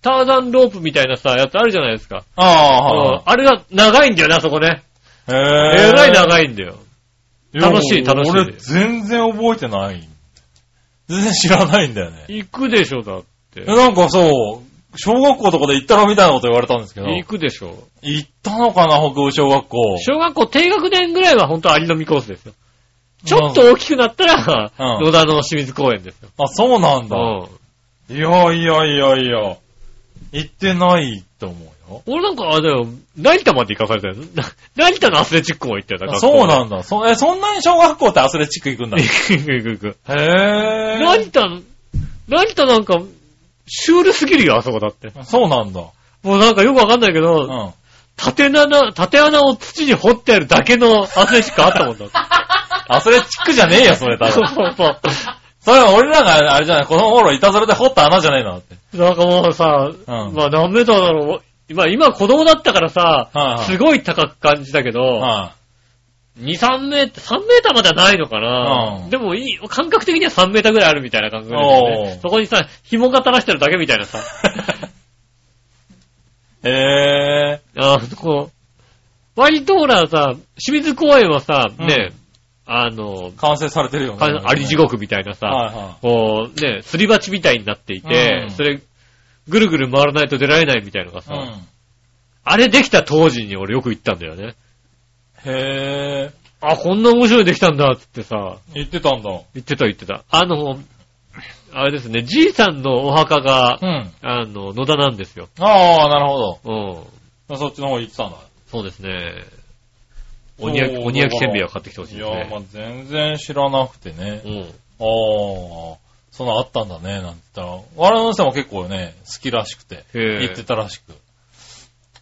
ターザンロープみたいなさ、やつあるじゃないですか。ああ、うんはあれが長いんだよな、そこね。い。へええらい長いんだよ。楽しい楽しい俺全然覚えてない。全然知らないんだよね。行くでしょ、だって。なんかそう、小学校とかで行ったろみたいなこと言われたんですけど。行くでしょ。行ったのかな、北部小学校。小学校低学年ぐらいは本当アリのみコースですよ。ちょっと大きくなったら、うん野田の清水公園ですよ。あ、そうなんだ。うんいやいやいやいや。行ってないと思うよ。俺なんか、あ、でも、成田まで行かされたよ。な成田のアスレチックも行ったよ。だかあらそうなんだ。そ、え、そんなに小学校ってアスレチック行くんだ。へ行く行く行く。え。成田、成田なんか、シュールすぎるよ、あそこだって。そうなんだ。もうなんかよくわかんないけうど、ん。縦穴、縦穴を土に掘ってあるだけのアスレチックあったもんだって。アスレチックじゃねえよ、 それ、多そう分。そうそう。それは俺らが、あれじゃない、この頃、いたずらで掘った穴じゃないのだって。なんかもうさ、うんまあ何メートルだろう。今、今子供だったからさ、はいはいすごい高く感じたけど、は2、3メーター、3メーターまではないのかな、うんでもいい、感覚的には3メーターぐらいあるみたいな感覚で、おーね、そこにさ、紐が垂らしてるだけみたいなさ、い。 へえ。あーこう、割とほらさ、清水公園はさ、うんね、あの、完成されてるよね。かあり地獄みたいなさ、はいはこうね、すり鉢みたいになっていて、うんそれ、ぐるぐる回らないと出られないみたいなのがい。さ、うん。あれできた当時に俺よく行ったんだよね。へえ。あ、こんな面白いのできたんだっつってさ、言ってたんだ。言ってた言ってた。あの、あれですね、じいさんのお墓がう、ん。あの、野田なんですよ。ああ、なるほうん。ど。そっちの方行ってたんだ。そうですね。おにやき、そうおにやきせんべいを買ってきてほしいいでやすー、まあね。全然知らなくてねう。ん。ああ、そんなあったんだね、なんて言ったら。我々の人も結構ね、好きらしくて、へえ行ってたらしく。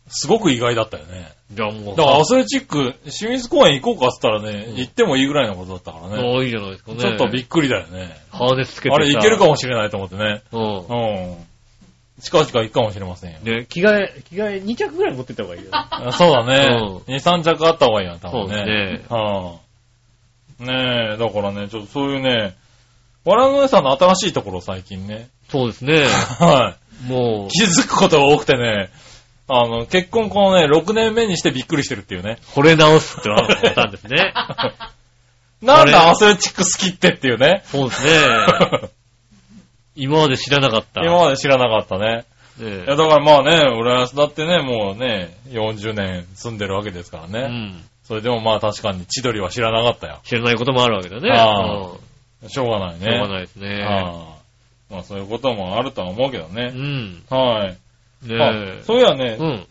すごく意外だったよね。じゃあもうだからアスレチック、清水公園行こうかって言ったらね、うん行ってもいいぐらいのことだったからね。もういいじゃないですかね。ちょっとびっくりだよね。ハーネスつけてさあれ行けるかもしれないと思ってね。うん。うん。近々行くかもしれませんよ。ね、着替え、着替え2着ぐらい持ってった方がいいよ。あそうだね。う2、3着あった方がいいな、多そう分ですね。ね。うん。ねえ、だからね、ちょっとそういうね、笑いのお姉さんの新しいところを最近ね。 そうですね。はい。 もう、気づくことが多くてね、あの、結婚このね、6年目にしてびっくりしてるっていうね。惚れ直すってのがあったんですね。なんだアスレチック好きってってい うね。 そうですね。今まで知らなかった。今まで知らなかったね。ねいや、だからまあね、浦安だってね、もうね、40年住んでるわけですからね。うん。それでもまあ確かに千鳥は知らなかったよ。知らないこともあるわけだね。あーうんしょうがないね。しょうがないですね。ああまあそういうこともあるとは思うけどうね。ん。はい。あねえ。そういやね、うん。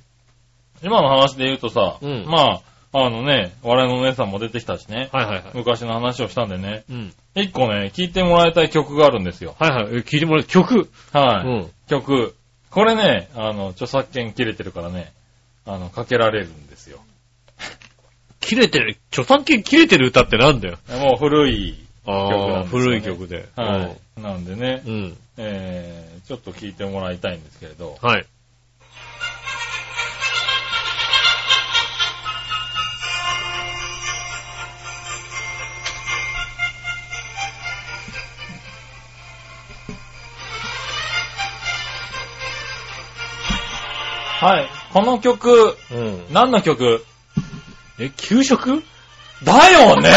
今の話で言うとさ、うんまあ、あのね、我々のお姉さんも出てきたしね、はいはいはい。昔の話をしたんでね、うん。一個ね、聴いてもらいたい曲があるんですよ。はいはい。え聞いてもらう。曲。うはい。ん。曲。これね、あの、著作権切れてるからね、あの、かけられるんですよ。切れてる。著作権切れてる歌ってなんだよ。もう古い曲なんああ、ですよね古い曲で。はい。なんでねう、ん。うん。えー、ちょっと聞いてもらいたいんですけれど。はい。はい。この曲、うん。何の曲え、給食だよ ね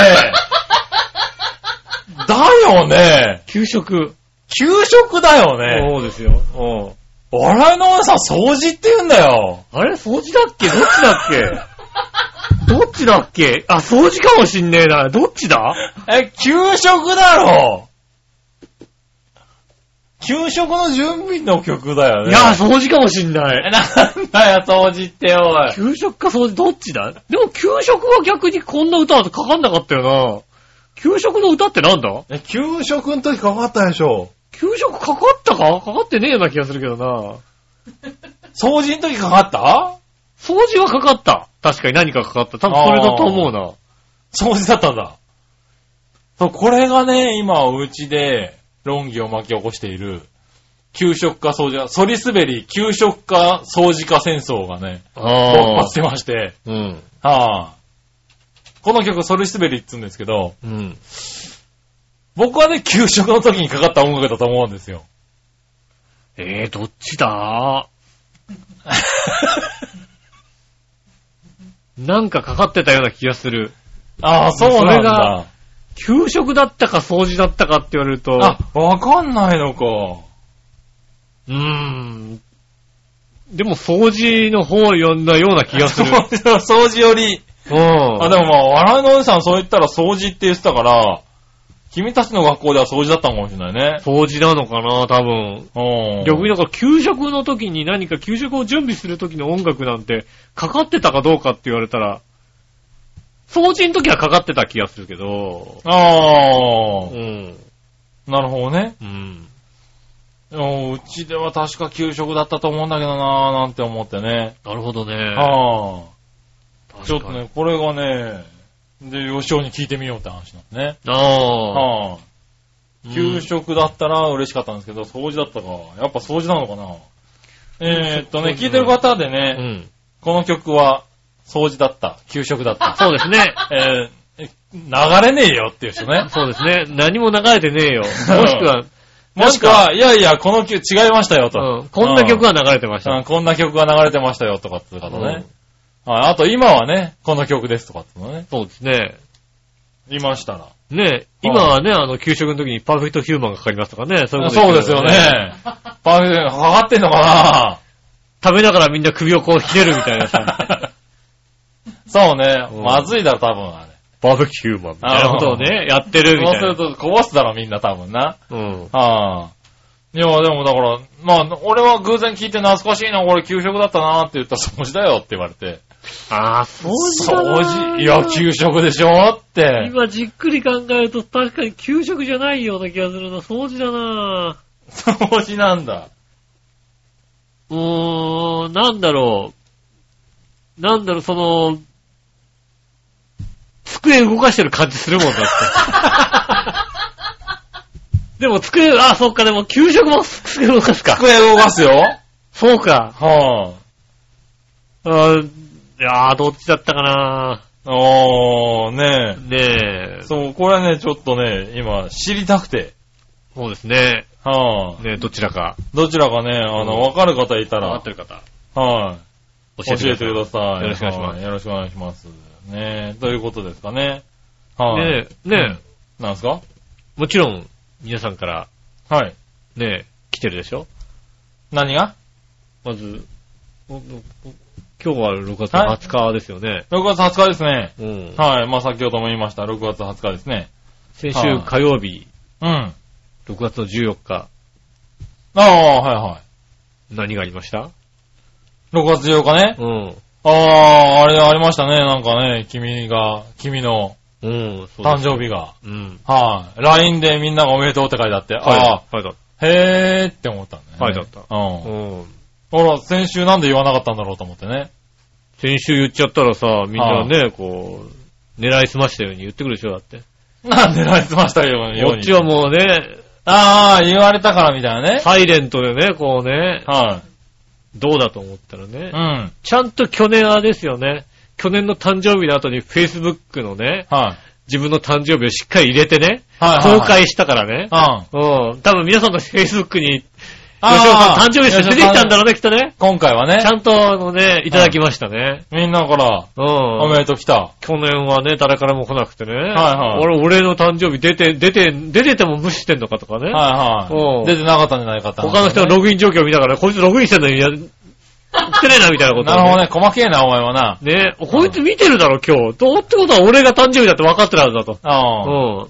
だよね給食。給食だよねそうですよ。うん。笑いのお姉さん掃除って言うんだよあれ掃除だっけどっちだっ けどっちだっけあ、掃除かもしんねえな。どっちだえ、給食だろ給食の準備の曲だよいね。や、掃除かもしんなえい。なんだよ、掃除ってよ、おい。給食か掃除、どっちだでも給食は逆にこんな歌はかかんなかったよな。給食の歌ってなんだえ、給食の時かかったでしょ給食かかったかかかってねえような気がするけどな。掃除の時かかった掃除はかかった。確かに何かかかった。多分それだと思うな。掃除だったんだ。そう、これがね、今、お家で論議を巻き起こしている、給食か掃除か、ソリスベリ、給食か掃除か戦争がね、勃ああ発し。てまして、うん。はあ、この曲、ソリスベリって言うんですけど、うん。僕はね、給食の時にかかった音楽だと思うんです よ。えー、どっちだなんかかかってたような気がする。ああ、そうそなれんだが。給食だったか掃除だったかって言われると、あ、わかんないのか。うーん。でも掃除の方を呼んだような気が する。掃除より。うん。あ、でもまあ、笑いのおじさんそう言ったら掃除って言ってたから、君たちの学校では掃除だったのかもしれないね。掃除なのかな、多分。うん。逆にだから給食の時に何か給食を準備する時の音楽なんてかかってたかどうかって言われたら、掃除の時はかかってた気がするけど、あうあ、ん。なるほどね。うん。うんうちでは確か給食だったと思うんだけどなーなんて思ってね。なるほどね。ああ。確ちかにょっと。ね、これがね、で、吉尾に聞いてみようって話なんだね。ああ。はあ。うん給食だったら嬉しかったんですけど、掃除だったか。やっぱ掃除なのかな。えー、っとそうね、ですね聞いてる方でうね、ん。この曲は、掃除だった。給食だった。そうですね。えーえ流れねえよっていう人ね。 そうですね。何も流れて ねえよ。もしくは、もしくは、いやいや、この曲違いましたよと。うん、こんな曲が、が流れてました。うんこんな曲が流れてましたよとかっていう方ね。はいあと、今はね、この曲ですとかっていうのね。そうですね。いましたら。ね今はね、あの、給食の時にパーフェクトヒューマンがかかりますとかね。そういうことそうですよ。ね。パーフェクトかかってんのか食べながらみんな首をこうひねるみたいな さ。なそうね。うんまずいだろ、多分あれ。パーフェクトヒューマンみたいなことをね、やってるみそうたすいな。ると、こぼすだろ、みんな多分な。うん。ああ。いや、でもだから、まあ、俺は偶然聞いて懐かしいな、これ給食だったなって言ったら掃除だよって言われて。ああ、掃除だ掃な除いや、給食でしょって。今じっくり考えると確かに給食じゃないような気がするな。掃除だな掃除なんだ。うーん、なんだろう。なんだろう、その、机動かしてる感じするもんだ って。でも机、あ、そっか、でも給食も机動かすか。机動かすよそうか。はあーいやー、どっちだったかなあ。おー、ねねええ。。そう、これね、ちょっとね、今、知りたくて。そうですね。はあ。ねえどちらか。どちらかね、あの、うんわかる方いたわからっ、てる方。はい。教えてくだささい。よろしくお願いしますはよろしくお願いします。ねえ、ということですかね。いはい。ねえ、ねなんすかえ、もちろん、皆さんから、はい。ねえ、来てるでしょ何がまず、おおお今日は6月の20日ですよね。 6月20日ですね。うん。はい。まあ、先ほども言いました。6月20日ですね。先週火曜日、うん。あ6月の14日、あ、はいは何がありましたい。6月14日ね。うん。あああ、あれありましたね。なんかね、君が、君のうん、そう誕生日が。うん。はい、LINE でみんながおめでとうって書いてあって、あはいだ。あ、へーって思ったんだよね。書いてあったう。うんん。ほら、先週なんで言わなかったんだろうと思ってね。先週言っちゃったらさ、みんなね、こう、狙いすましたように言ってくるでしょ、だって。なんでられてましたよ、よう に。こっちはもうね、ああ、言われたからみたいなね。サイレントでね、こうね、はどうだと思ったらねい。う、ん。ちゃんと去年あれですよね、去年の誕生日の後に Facebook のね、はい。自分の誕生日をしっかり入れてね、はいはいはい公開したからねう、ん。うん、多分皆さんの Facebook に、あー吉岡さん誕生日して出てきたんだろうね、きっとね。今回はねち、ゃんと、あのね、いただきましたね。みんなから、うん。おめでとう来た。去年はね、誰からも来なくてね。はい俺、俺の誕生日出て、出て、出てても無視してんのかとかね。はいうんはい。出てなかったんじゃないかって話他の人のログイン状況を見ながら、こいつログインしてんのに、いや、ってねえな、みたいなこと、なるほどね。細けえな、お前はな。ね。こいつ見てるだろ、今日。どうってことは俺が誕生日だって分かってるはずだと。あ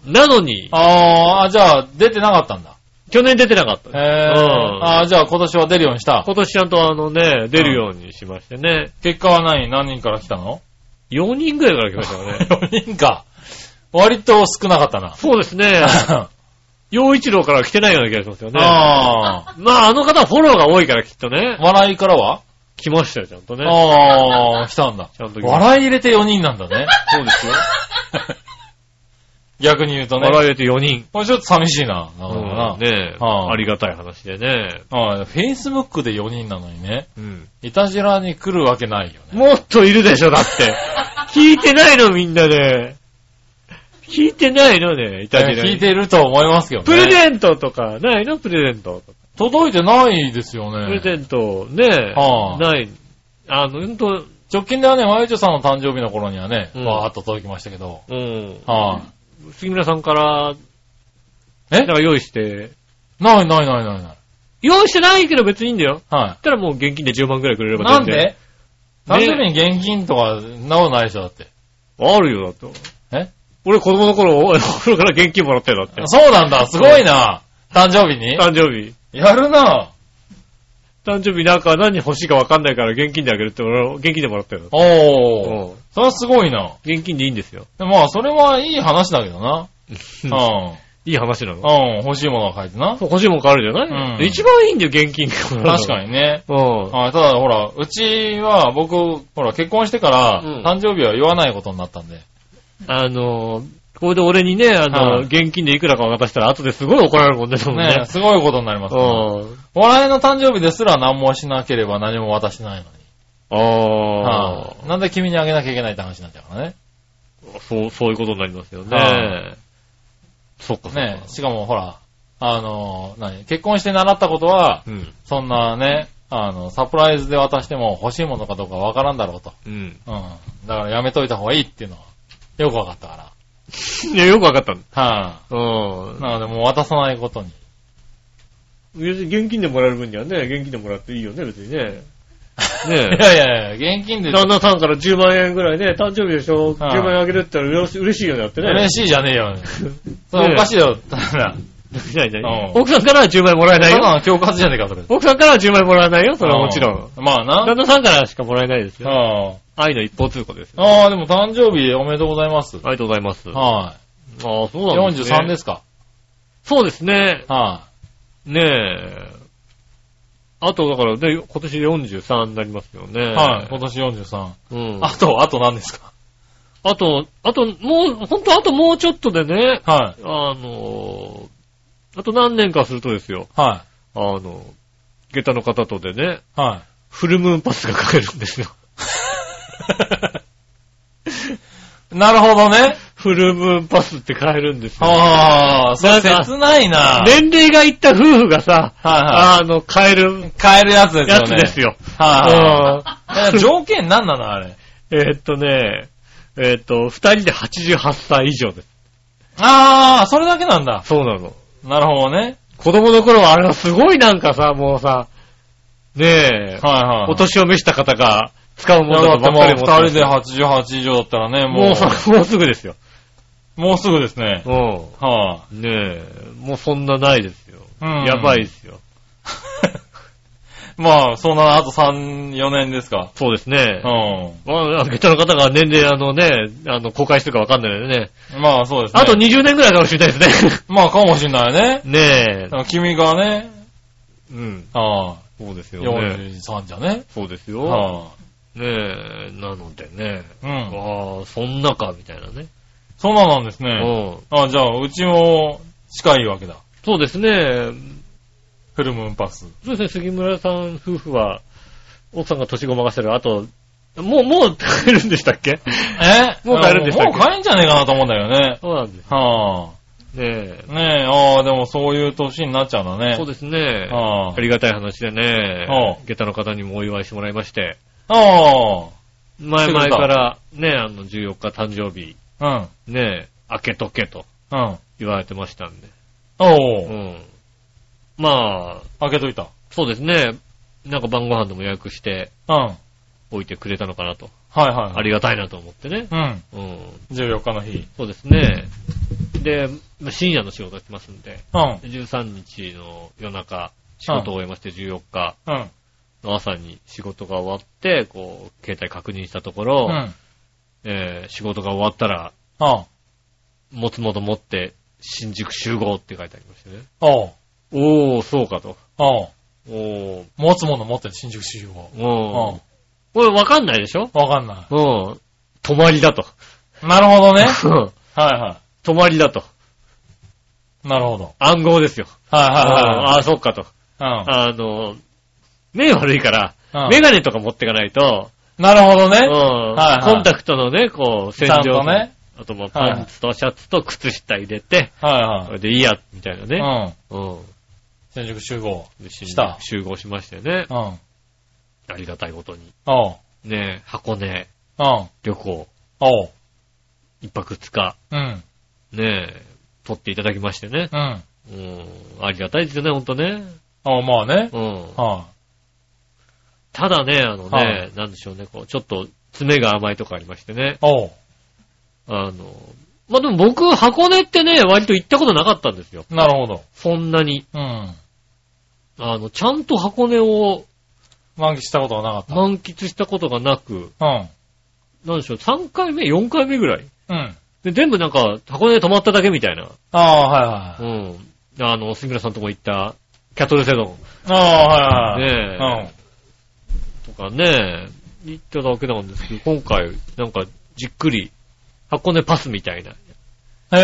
うん。なのに、あー、じゃあ、出てなかったんだ。去年出てなかった。へえ。うんああ、じゃあ今年は出るようにした。今年ちゃんとあのね、出るようにしましてね。結果は何何人から来たの4人ぐらいから来ましたから ね。 ?4 人か。割と少なかったな。そうです ね。洋一郎からは来てないような気がしますよね。ああ。まあ、あの方フォローが多いからきっとね。笑いからは来ましたよ、ちゃんとね。ああ、来たんだ。ちゃんと来ました笑い入れて4人なん だね。そうです よ。逆に言うとね。笑い入れて4人。これちょっと寂しいな。なかなかな。うんねえ、はあありがたい話でね。はい。Facebook で4人なのにね、いたじらに来るわけないよね。もっといるでしょ、だ って。聞いてないの、みんなで。聞いてないのね、いたじらに聞いてると思いますけどね。プレゼントとか、ないのプレゼント。届いてないですよプレね。ゼント、ねえ、はあない。あの、うんと、直近ではね、まゆちょさんの誕生日の頃にはね、うんわーっと届きましたけど。うん。は杉村さんから、えなんか用意して、い。ないないないないない。用意してないけど別にいいんだよ。はったらもう現金で10万くらいくれれい。ばな全ん然で誕生日に現金とか、なおないでしょ、だって。あるよ、だって。え俺子供の頃、お風呂から現金もらったよ、だって。そうなんだ、すごいな。誕生日に誕生日。やるな。誕生日なんか何欲しいか分かんないから現金であげるって俺、現金でもらったよ。おー。うんそれはすごいな。現金でいいんですよ。でまあ、それはいい話だけどな。うん。いい話なの。うん、欲しいものが書いてな。欲しいもん変わるじゃない、うん一番いいんだよ、現金確かに。にね。うん。はい、ただほら、うちは僕、ほら、結婚してから、うん誕生日は言わないことになったんで。あのー、これで俺にね、あのー、はい現金でいくらか渡したら後ですごい怒られるもんね、多分ねね。すごいことになりますうね。ん。笑いの誕生日ですら何もしなければ何も渡してないのに。あはあい、なんで君にあげなきゃいけないって話になっちゃうからね。そう、そういうことになりますよはね。そっか、そっか。ねしかもほら、あの、何結婚して習ったことは、うん。そんなね、あの、サプライズで渡しても欲しいものかどうかわからんだろうと。うん。うん。だからやめといた方がいいっていうのは、よくわかったから。はい、いや、よくわかったんだ。うん。なのでもう渡さないことに。別に現金でもらえる分にはね、現金でもらっていいよね、別 にね。いねやいやいや、現金え。で旦那さんから10万円ぐらいね、誕生日でしょ、はい10万円あげるって言ったら嬉し嬉しいよね、だってね。嬉ししいじゃねえよ。それおかしいよ。たい。だ、ないないうん奥さんからは10万円もらえたないだよ。の恐喝じゃねえか、それ。奥さんからは10万円もらえないよ、それはもちろん。うん。まあな。旦那さんからしかもらえないですうよ。ん愛の一方通行ですよ。ああ、でも誕生日おめでとうございます。ありがとうございます。あはあ、そうい。なんですね。。43ですすか。そうですね。はねえ。あと、だからね、今年43になりますよね。い。はい。今年43。うん。あと、あと何ですかあと、あと、もう、ほんとあともうちょっとでね、はあのー、あと何年かするとですよ、い。はあの、下駄の方とでね、い。はフルムーンパスがかけるん ですよ。い。なるほどね。フルムーンパスって買えるんですよ。ああ、それなんか切ないな。年齢がいった夫婦がさ、はいはあの、買えるい。買えるやつですよやね。つですよ。はいだから条件何なのあれ。うんえーっとね、えーっと、二人で88歳以上です。ああ、それだけなんだ。そうなの。なるほどね。子供の頃はあれはすごいなんかさ、もうさ、ねえ、はいはい。お年を召した方が使うものだだってばっもうかり持っ二人てで88以上だったらね、ももう、う、もうすぐですよ。もうすぐですね。うはん。ねえ、もうそんなないですよ。うんやばいですよ。ぁ。 まあ、そんなあと3、4年ですか。そうですねう。ん。まあ、ゲットの方が年齢、あのね、あの、公開してるかわかんないのでね。まあ、そうですね。あと20年ぐらいかもしれないですね。まあ、かもしんない ね。ねえ。君がね、うん。ああ、そうですよね。 43じゃね。そうですよ。はねえ、なのでね。あ、うん。ああ、そんなか、みたいなね。そうなんですうね。ん。ああ、じゃあ、うちも近いわけだ。そうですね。フルムーンパス。そうですね、杉村さん夫婦は、奥さんが年ごまかしてる。あと、もう、もう帰るんでしたっけえもう帰るんでしたっけもう帰るんじゃねえかなと思うんだよね。そうなんです。はねあ。ねえ、ああ、でもそういう年になっちゃうんだえ。ね。そうですね。ああありがたい話でねう、ん下駄の方にもお祝いしてもらいまして、あ前々からね、あの、14日誕生日、あ。うん。ね、開けとけとうん。言われてましたんで。おうお、ん。まあ、開けといた。そうですね。なんか晩ご飯でも予約してうん。はいおいてくれたのかなと。はい。ありがたいなと思ってね。うん。うん。 14日の日。そうですね。で、まあ深夜の仕事やってますんで、うん。 13日の夜中、仕事を終えまして14日うん。の朝に仕事が終わって、こう、携帯確認したところ、うん。あえー仕事が終わったら、あ。もつもと持って、新宿集合って書いてありましてね。おうおー、そうかと。おうおー、持つもの持ってる、新宿集合。おうー。これわかんないでしょん。わかんなうん。泊まりだと。い。なるほどね。うんはいは 泊まりだと。い。なるほど。暗号ですよ。はああー、そっかと。いはいはい。あの、目悪いから、うん。メガネとか持っていかないと、うん。なるほどうんね。はいはいコンタクトのね、こう、洗ちゃん浄とね。あとまあパンツとシャツと靴下入れて、こはれでいいや、みたいないね。はい。うん。うん。新宿集合。でた集合しましてねう。ん。ありがたいことに。おう。ね、箱根うん。旅行、おう。一泊二日、うん。ね、取っていただきましてね。うん。うん。ありがたいですよね、ほんとね。あまあね。うん。はただね、あのはね、なんでしょうね、こう、ちょっと、爪が甘いとかありましてねい。。おう。あの、まあ、でも僕、箱根ってね、割と行ったことなかったんですよ。なるほど。そんなに。うん。あの、ちゃんと箱根を満喫したことはなかっ満喫したことがなく、た。うん。なんでしょう、3回目、4回目ぐらい。うん。で、全部なんか、箱根で泊まっただけみたいな。ああ、はいはうい。ん。あの、杉村さんとも行った、キャトルセドン。ああ、はいはい。ねえ。とかね、行っただけなんですけど、今回、なんか、じっくり、箱根パスみたいな、うん。へ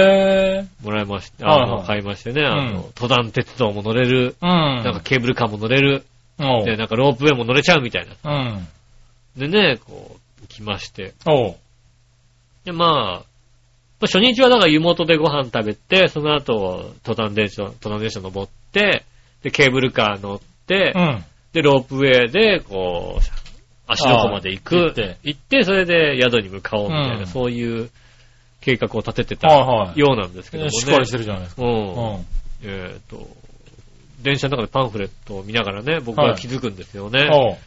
え。もらいまして、はいあはいの、買いましてね、あのうん、登山鉄道も乗れる、うん。なんかケーブルカーも乗れる、おうで、。なんかロープウェイも乗れちゃうみたいな。うん。でね、こう、来まして。おう。で、まあ、まあ初日はだから湯元でご飯食べて、その後、登山電車、登山電車登って、で、ケーブルカー乗ってう、ん。で、ロープウェイで、こう、足の湖まで行く。ああ行ってそれで宿に向かおうみたいな、うんそういう計画を立ててたはいはい。ようなんですけどもね。しっかりしてるじゃないですか。う。うんん。えっ、と、電車の中でパンフレットを見ながらね、僕は気づくんですよね。おう。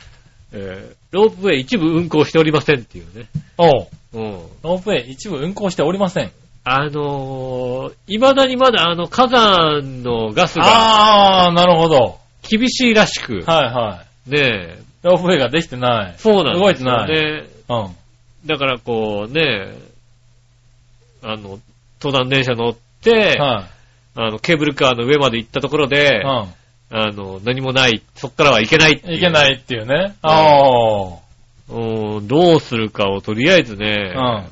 えーロープウェイ一部運行しておりませんっていうね。おう。うん。ロープウェイ一部運行しておりません。あのー、未だにまだあの火山のガスがああ、なるほど。厳しいらしく、はいはい。ねえ、ロープウェイができてない。そうなんですよ動いてね。うん。だからこうね、あの、登山電車乗って、はあの、ケーブルカーの上まで行ったところい。で、うん。あの、何もない、そっからは行けないっていう。。いけないいっていうね。あうん、どうするかをとりあえずね、あ。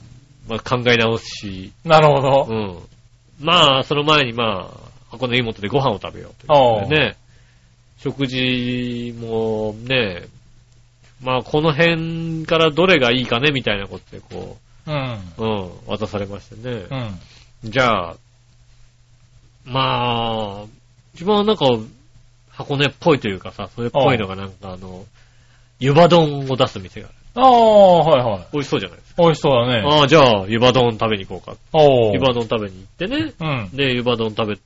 まあ、考え直し、うん。なるほど。うん。まあ、その前にまあ、箱根湯本でご飯を食べようということでね。食事もね、まあこの辺からどれがいいかねみたいなことでこうん。う、うん、渡されましてねう。ん。じゃあ、まあ、一番なんか箱根っぽいというかさ、それっぽいのがなんかあの、湯葉丼を出す店がある。ああ、はいはい。美味しそうじゃないですか。美味しそうだね。ああ、じゃあ湯葉丼食べに行こうか。おう。湯葉丼食べに行ってね。うん。で、湯葉丼食べ、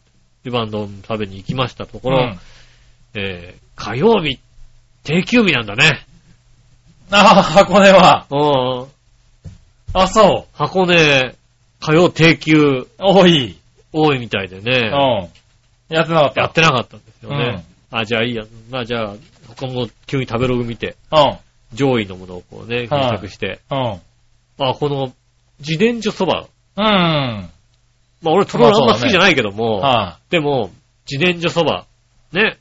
湯葉丼食べに行きましたとこころ、の、えー、火曜日、定休日なんだね。ああ、箱根は。うん。あ、そ箱根、火曜定休う。多い。多いみたいでうね、ん。やってなかった。やってなかったんですようんね。あ、じゃあいいや。まあじゃあ、他も急に食べログ見て、うん。上位のものをこうね、検索して、うん。あ、この、自転車そば。うん。まあ俺、とろろあんま好きじゃないけども、はでも、自転車そば、ね、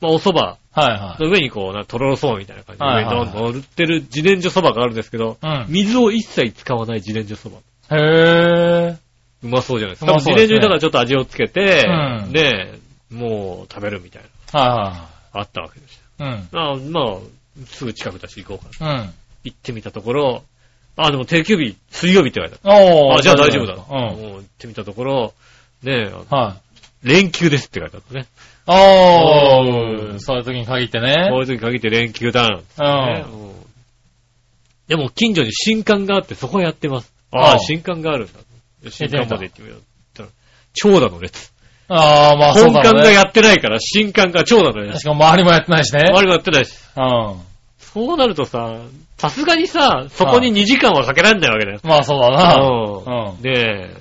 まあお蕎麦い。はいの上にこう、なとろろそばみたいな感じで、は上いにどんどん売ってる自転車そばがあるんですけど、はい。水を一切使わない自転車そば。うん。へうまそうじゃないですうか。ま自そうで転車すねだからちょっと味をつけて、うんねえ、もう食べるみたいな、ぇー。はあったわけですよ。いはいはい。うん。あまあ、すぐ近くだし行こうかな。うん。行ってみたところ、あ、でも定休日、水曜日って言われた。おー。あ、じゃあ大丈夫だ。う。もうん行ってみたところ、ねえ、はい。連休ですって書いてあったね。おー。そういう時に限ってねこ。ういう時限って連休だなんてうね、ん。うんでも近所に新刊があってそこやってます。あうあ、ん新刊があるんだ。新てみ刊たまで行ってみよう。長蛇の列。あー、まあそう本だろ館うがね。やってないから、新刊が長蛇の列。しかも周りもやってないしね。周りもやってないし。うん。そうなるとさ、さすがにさ、そこに2時間はかけられないわけだよ。まあそうだな。う。うんんで、で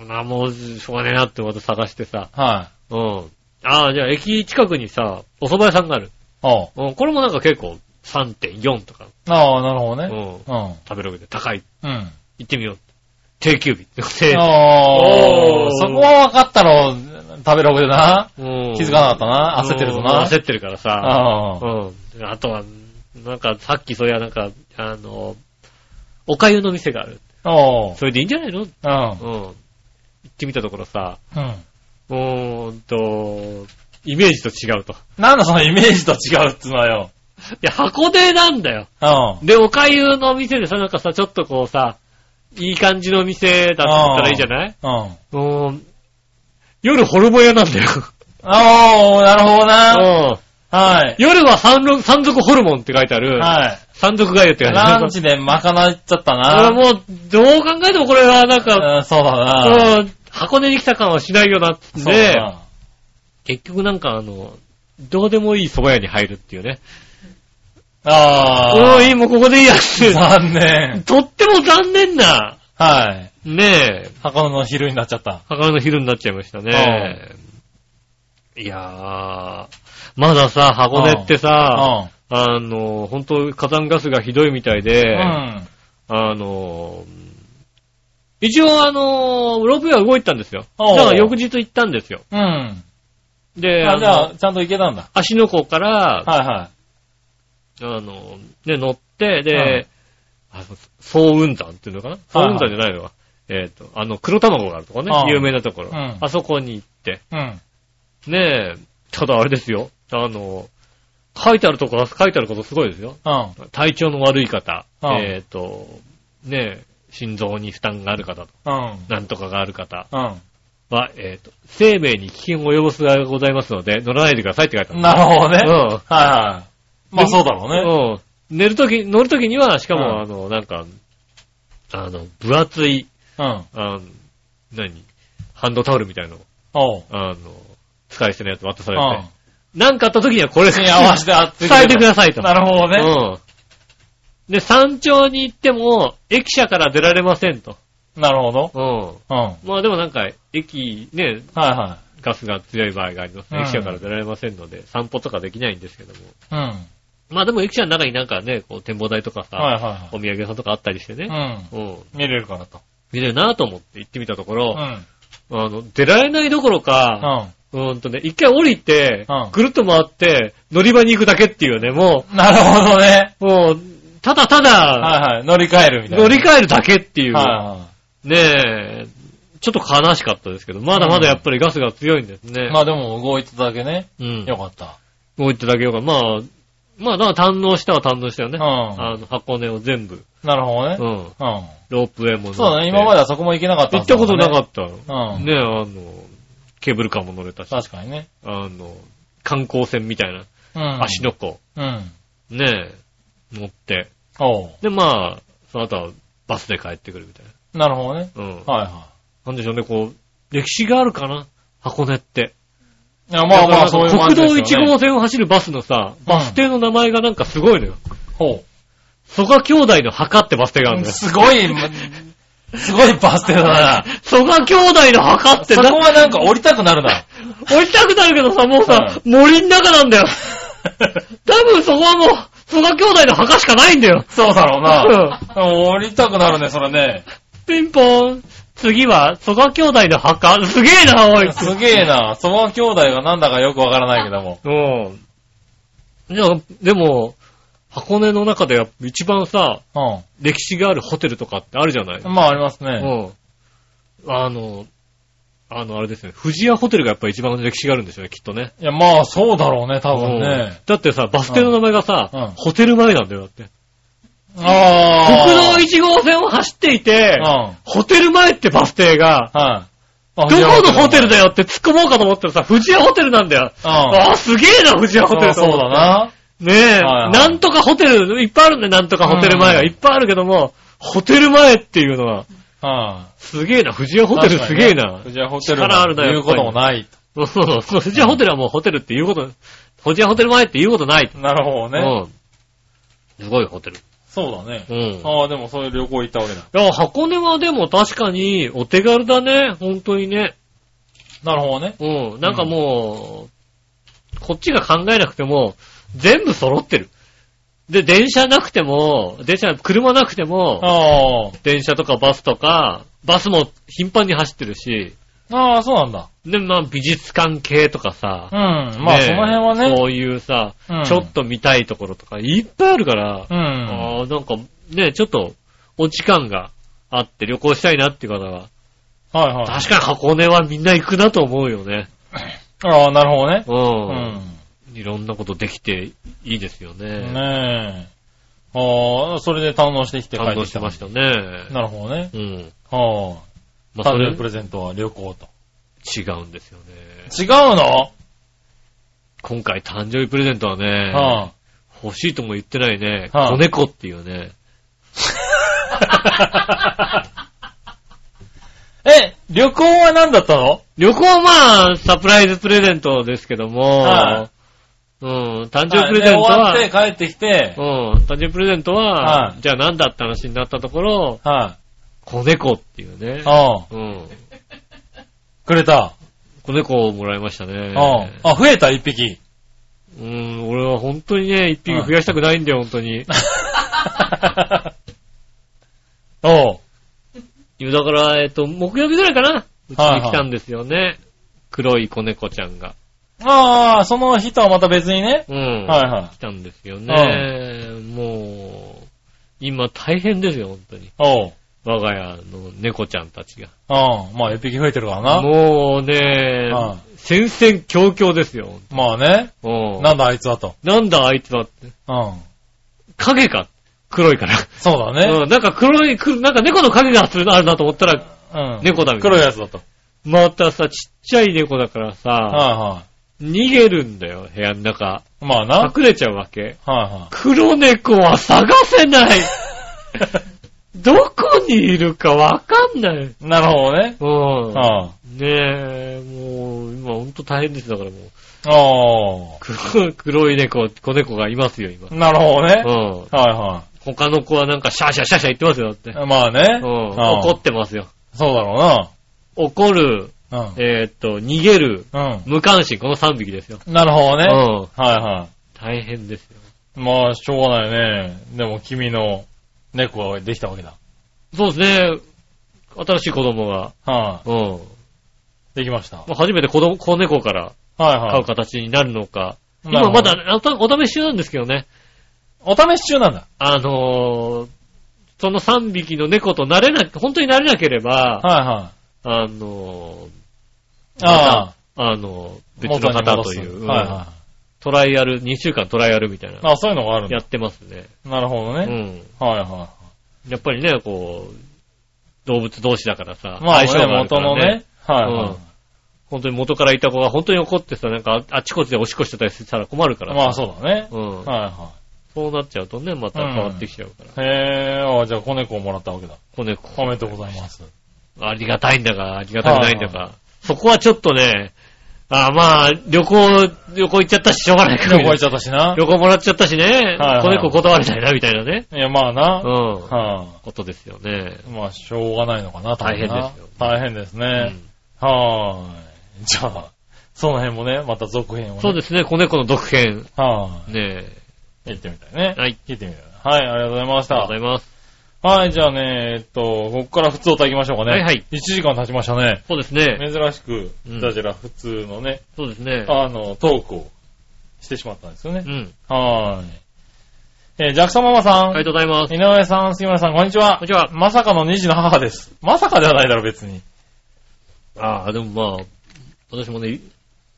もな、もう、しょうがねえなってまた探してさ、はい。うん。ああ、じゃあ駅近くにさ、お蕎麦屋さんがある。おう。うん、これもなんか結構3.4とか、ああ、なるほどうね。ん、う食べログで高い。ん。うん。行ってみよう。定休日ってことでああおーそこは分かったろ、食べログでな。うん気づかなかったな。焦ってるぞうんな。焦ってるからさ、ああ。うん。あとは、なんかさっきそういやなんか、あの、お粥の店がある。おう。それでいいんじゃないのうん。うん。行ってみたところさ、うん。うーんと、イメージと違うと。なんだそのイメージと違うっつうのはよ。いや、箱根なんだよ。うん。で、おかゆの店でさ、なんかさ、ちょっとこうさ、いい感じの店だったらいいじゃないうん。うーん。夜ホルモン屋なんだよ。おー、なるほどな。うん。はい。夜は山麓山賊ホルモンって書いてある。はい。山賊がゆって書いてあラるン。チでまかなっちゃったな。俺もう、どう考えてもこれはなんか、うん、そうだな。うん箱根に来た感はしないよなっつっそうだて、な。結局なんかあの、どうでもいい蕎麦屋に入るっていうね。あおあ。ーいい、もうここでいいやつ。残念。とっても残念な、はい。ねえ、箱根の昼になっちゃった。墓の昼になっちゃいましたね。いやー、まださ、箱根ってさ、うん。あの、本当火山ガスがひどいみたいで、うん。あの、一応あの、ロープウェイは動いたんですよ。おうだから翌日行ったんですよ。うん。で、あ、のじゃあ、ちゃんと行けたんだ。芦ノ湖から、はいはあの、ね、乗って、はいで、あの、総雲山っていうのかな総雲山じゃないのか。えっと、あの、黒卵があるとこねあ、あ有名なところ。うんあそこに行って。い。うん。ねえ、ただあれですよ。あの、書いてあるとこ、書いてあることすごいですよ。うん。体調の悪い方、ああえっと、ねえ、心臓に負担がある方、うん。なんとかがある方うは、えっ、と、生命に危険を及ぼすがございますので、乗らないでくださいって書いてあるん。。なるほどね。はいうん。はい。まあそうだろうね。うん。寝るとき、乗るときには、しかうんも、あの、なんか、あの、分厚い、うん。あの、何ハンドタオルみたいの、おう。あの、使い捨てのやつ渡さうれてん。。なんかあったときにはこれに合わせてあって伝えてくださいと。なるほどね。うん。で、山頂に行っても、駅舎から出られませんと。なるほど。ううん。はいん。まあでもなんか、駅、ね、はガスが強い場合があります、うん駅舎から出られませんので、散歩とかできないんですけども。い。うん。まあでも駅舎の中になんかね、こう展望台とかさ、はいはお土産屋さんとかあったりしていね。はい。うん。うん。見れるからと。見れるなと思って行ってみたとこうん。ろ、うん。あの、出られないどころか、うーんとね、一回降りてうん、ぐるっと回って、乗り場に行くだけっていうね、もなるほどね。う、もう、ただただ、はいはい。乗り換えるみたいな。乗り換えるだけっていう、はねえ、ちょっと悲しかったですけど、まだまだやっぱりガスが強いんですいはね。い。まあでも動いただけね。うん。よかった。もう行っただけよかった。まあ、まあ、だから堪能したは堪能したよね。うんあの、箱根を全部。なるほどねう。ん。うん。ロープウェイも乗ってそうだね。今まではそこも行けなかった行ったことなかっった。うんねえ、あの、ケーブルカーも乗れたし、確かにね。あの、観光船みたいな、うん。足。の子、うん。ねえ、乗って。おう。で、まあ、その後はバスで帰ってくるみたいなるほどね。な。うん。はいはなんでしょうね、こう、歴史があるかな箱根って。い。いや、まあまあ、そういう国道感じですよ1ね号線を走るバスのさ、バス停の名前がなんかすごいのよ。ほ蘇我兄弟の墓ってバス停があるう。のよ。すごい、ますごいバス停だな。 蘇我兄弟の墓ってそこな、はなんか降りたくなるな。降りたくなるけどさ、もうさ、う 森の中なんだよ。多分そこはもう、曽我兄弟の墓しかないんだよ。そうだろうな。でも降りたくなるね、それね。ピンポン。次は、曽我兄弟の墓。すげえな、おい。すげえな。そば兄弟がなんだかよくわからないけども。うん。いや、でも、箱根の中で一番さ、う歴史があるホテルとかってあるじゃない、ん。まあありますね。うん。あの、あの、あれですね、富士屋ホテルがやっぱ一番歴史があるんでしょうね、きっとね。いや、まあそうだろうね、多分ねうん。だってさ、バス停の名前がさ、うんホテル前なんだよ、だって。国ああ。道1号線を走っていて、うん。ホテル前ってバス停が、はい。どどこのホテルだよって突っ込もうかと思ったらさ、富士屋ホテルなんだよ。うん。ああ、すげえな、富士屋ホテルとそう思ってそうだ。な。ねえ、はいはいなんとかホテル、いっぱいあるんだよ、なんとかホテル前が。うんいっぱいあるけども、ホテル前っていうのは、うん。すげえな、富士屋ホテルすげえな。じゃあホテル力あるな言うこともない。そうそうそう、富士屋ホテルはもうホテルっていうこと、富士屋ホテル前っていうことない。なるほどね。うん。すごいホテル。そうだねう。ん。ああ、でもそういう旅行行ったわけだ。いや、箱根はでも確かにお手軽だね、本当にね。なるほどね。うん、なんかもう、こっちが考えなくても、全部揃ってる。で、電車なくても、電車、車なくても、ああ。電車とかバスとか、バスも頻繁に走ってるし、ああ、そうなんだ。で、まあ美術館系とかさ、うん。まあねえその辺はね。そういうさ、うんちょっと見たいところとかいっぱいあるから、うん。あーなんかね、ちょっとお時間があって旅行したいなっていう方は、はいはい。確かに箱根はみんな行くなと思うよね。ああ、なるほどね。う。うんん。いろんなことできていいですよね。ねえ。ああ、それで堪能してきて帰感って動き。したましたね。なるほどね。うん。はあ。まあ、誕それ生日プレゼントは旅行と。違うんですよね。違うの今回誕生日プレゼントはね、は欲しいとも言ってないね。はい子猫っていうね。あ。 え、旅行は何だったの旅行はまあ、サプライズプレゼントですけども、はうん、誕生日プレゼントは、はいで終わって帰ってきてう、ん、誕生日プレゼントは、はいじゃあ何だって話になったところ、は子猫っていうねい。、ああ。うん、くれた。子猫をもらいましたね。ああ。あ、増えた、一 匹。 うん、俺は本当にね、一匹増やしたくないんだよ、本当に。おう。いやだから、えっと、木曜日ぐらいかな、うちに来たんですよね。黒い子猫ちゃんが。ああ、その日とはまた別にね。うん。はいはい来たんですよね。もう、今大変ですよ、本当に。おう。我が家の猫ちゃんたちが。ああ、まあ一匹増えてるからな。もうねああ、戦々恐々ですよ。まあね。うんなんだあいつはと。なんだあいつだって。うん。影か。黒いから。そうだね。うん、なんか黒い、くなんか猫の影がするあるなと思ったら、うん。猫だみたいな黒いやつだと。またさ、ちっちゃい猫だからさ、は逃げるんだよ、部屋の中。いはい。まあな。はい隠れちゃうわけ。は黒猫は探せない どこにいるかわかんない。い。なるほどね。うん。あねえ、もう、今ほんと大変です。だからもう、あ。あ黒黒い猫、子猫がいますよ、今あ。。なるほどね。うん。は他の子はなんかシャーシャーシャーシャー言ってますよ、だってい。はい。まあね。うん。ああ怒ってますよ。そうだろ怒る、うな。うん。えーっと、逃げる、う無関心、この3匹ですよ。ん。なるほどうね。ん。はいは大変ですよ。い。まあ、しょうがないね。でも君の猫ができたわけだ。そうですね。新しい子供が、はうん。い。できました。はいまあ初めて子供、子猫からは買うい。形になるのか。なる今ほまどだ、あたお試し中なんですけどね。お試し中なんだ。あのーその3匹の猫と慣れな、本当に慣れなければ、はいはい。あのーああ。またあのー別の方という、うんはいは。、トライアル、2週間トライアルみたいないあそういうのがあるんやだ。ってますね。なるほどうね。ん。はいはやっぱりね、こう、動物同士だからさ、い。まあ、相性があるか元らのね。はいうんは本当に元からいた子が本当に怒ってさ、なんかああっちこっちでおしっこしてたりしたら困るかい。ら。まあ、そうだね。うん。はそうなっちゃうとね、また変わってきちゃうから。いはい。へえ、あじゃあ、子猫をもらったわけだ。子猫。おめでとうございます。ありがたいんだか、ありがたくないんだか。そこはちょっとね、あまあ、旅行、旅行行っちゃったし、しょうがないから。旅行行っちゃったしな。旅行もらっちゃったしね、はい子猫断れないな、みたいなね。いや、まあうな。ん。はことですよね。い。まあ、しょうがないのかな、多大分な変ですよ大変ですうね。んはーい。じゃあ、その辺もね、また続編をね。そうですね、子猫の続編。はねえ。い。行ってみたいね。はい。聞いてみたいな。はい、ありがとうございましありがとうたござ。います。はい、じゃあね、えっと、ここから普通お行きましょうかね。はいはい。 1時間経ちましたね。そうですね。 珍しくうん、ダジェラ普通のね、そうですね。あの、トークをしてしまったんですよねう。ん。はーい。えージャクソンママさん。ありがとうございます。井上さん、杉村さん、こんにちこは。んにちはまさかの2児の母です。まさかではないだろ、別に。ああ、でもまあ、私もね、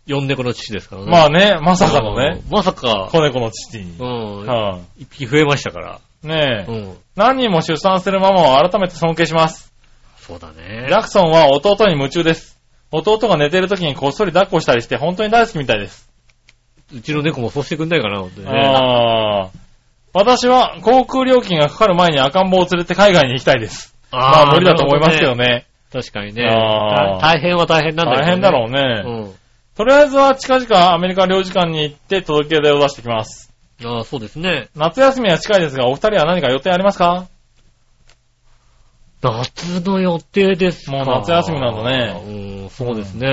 四猫の父ですからね。まあ、あね、まさかのね、。まさか、子猫の父にう。ん、は一匹増えましたから。い。ねえ、うん。何人も出産するママを改めて尊敬します。そうだジね。ャクソンは弟に夢中です。弟が寝てる時にこっそり抱っこしたりして本当に大好きみたいです。うちの猫もそうしてくんないかな、本当にね。ああ。私は航空料金がかかる前に赤ん坊を連れて海外に行きたいです。まあ無理だと思いますけどね。ね。確かにね。あー大変は大変なんだけど、大変だろうね。ね。とりあえずは近々アメリカ領事館に行って届け出を出してきます。うん。ああ、そうですね。夏休みは近いですが、お二人は何か予定ありますか夏の予定ですかもう夏休みなんだね。うん、そうですね。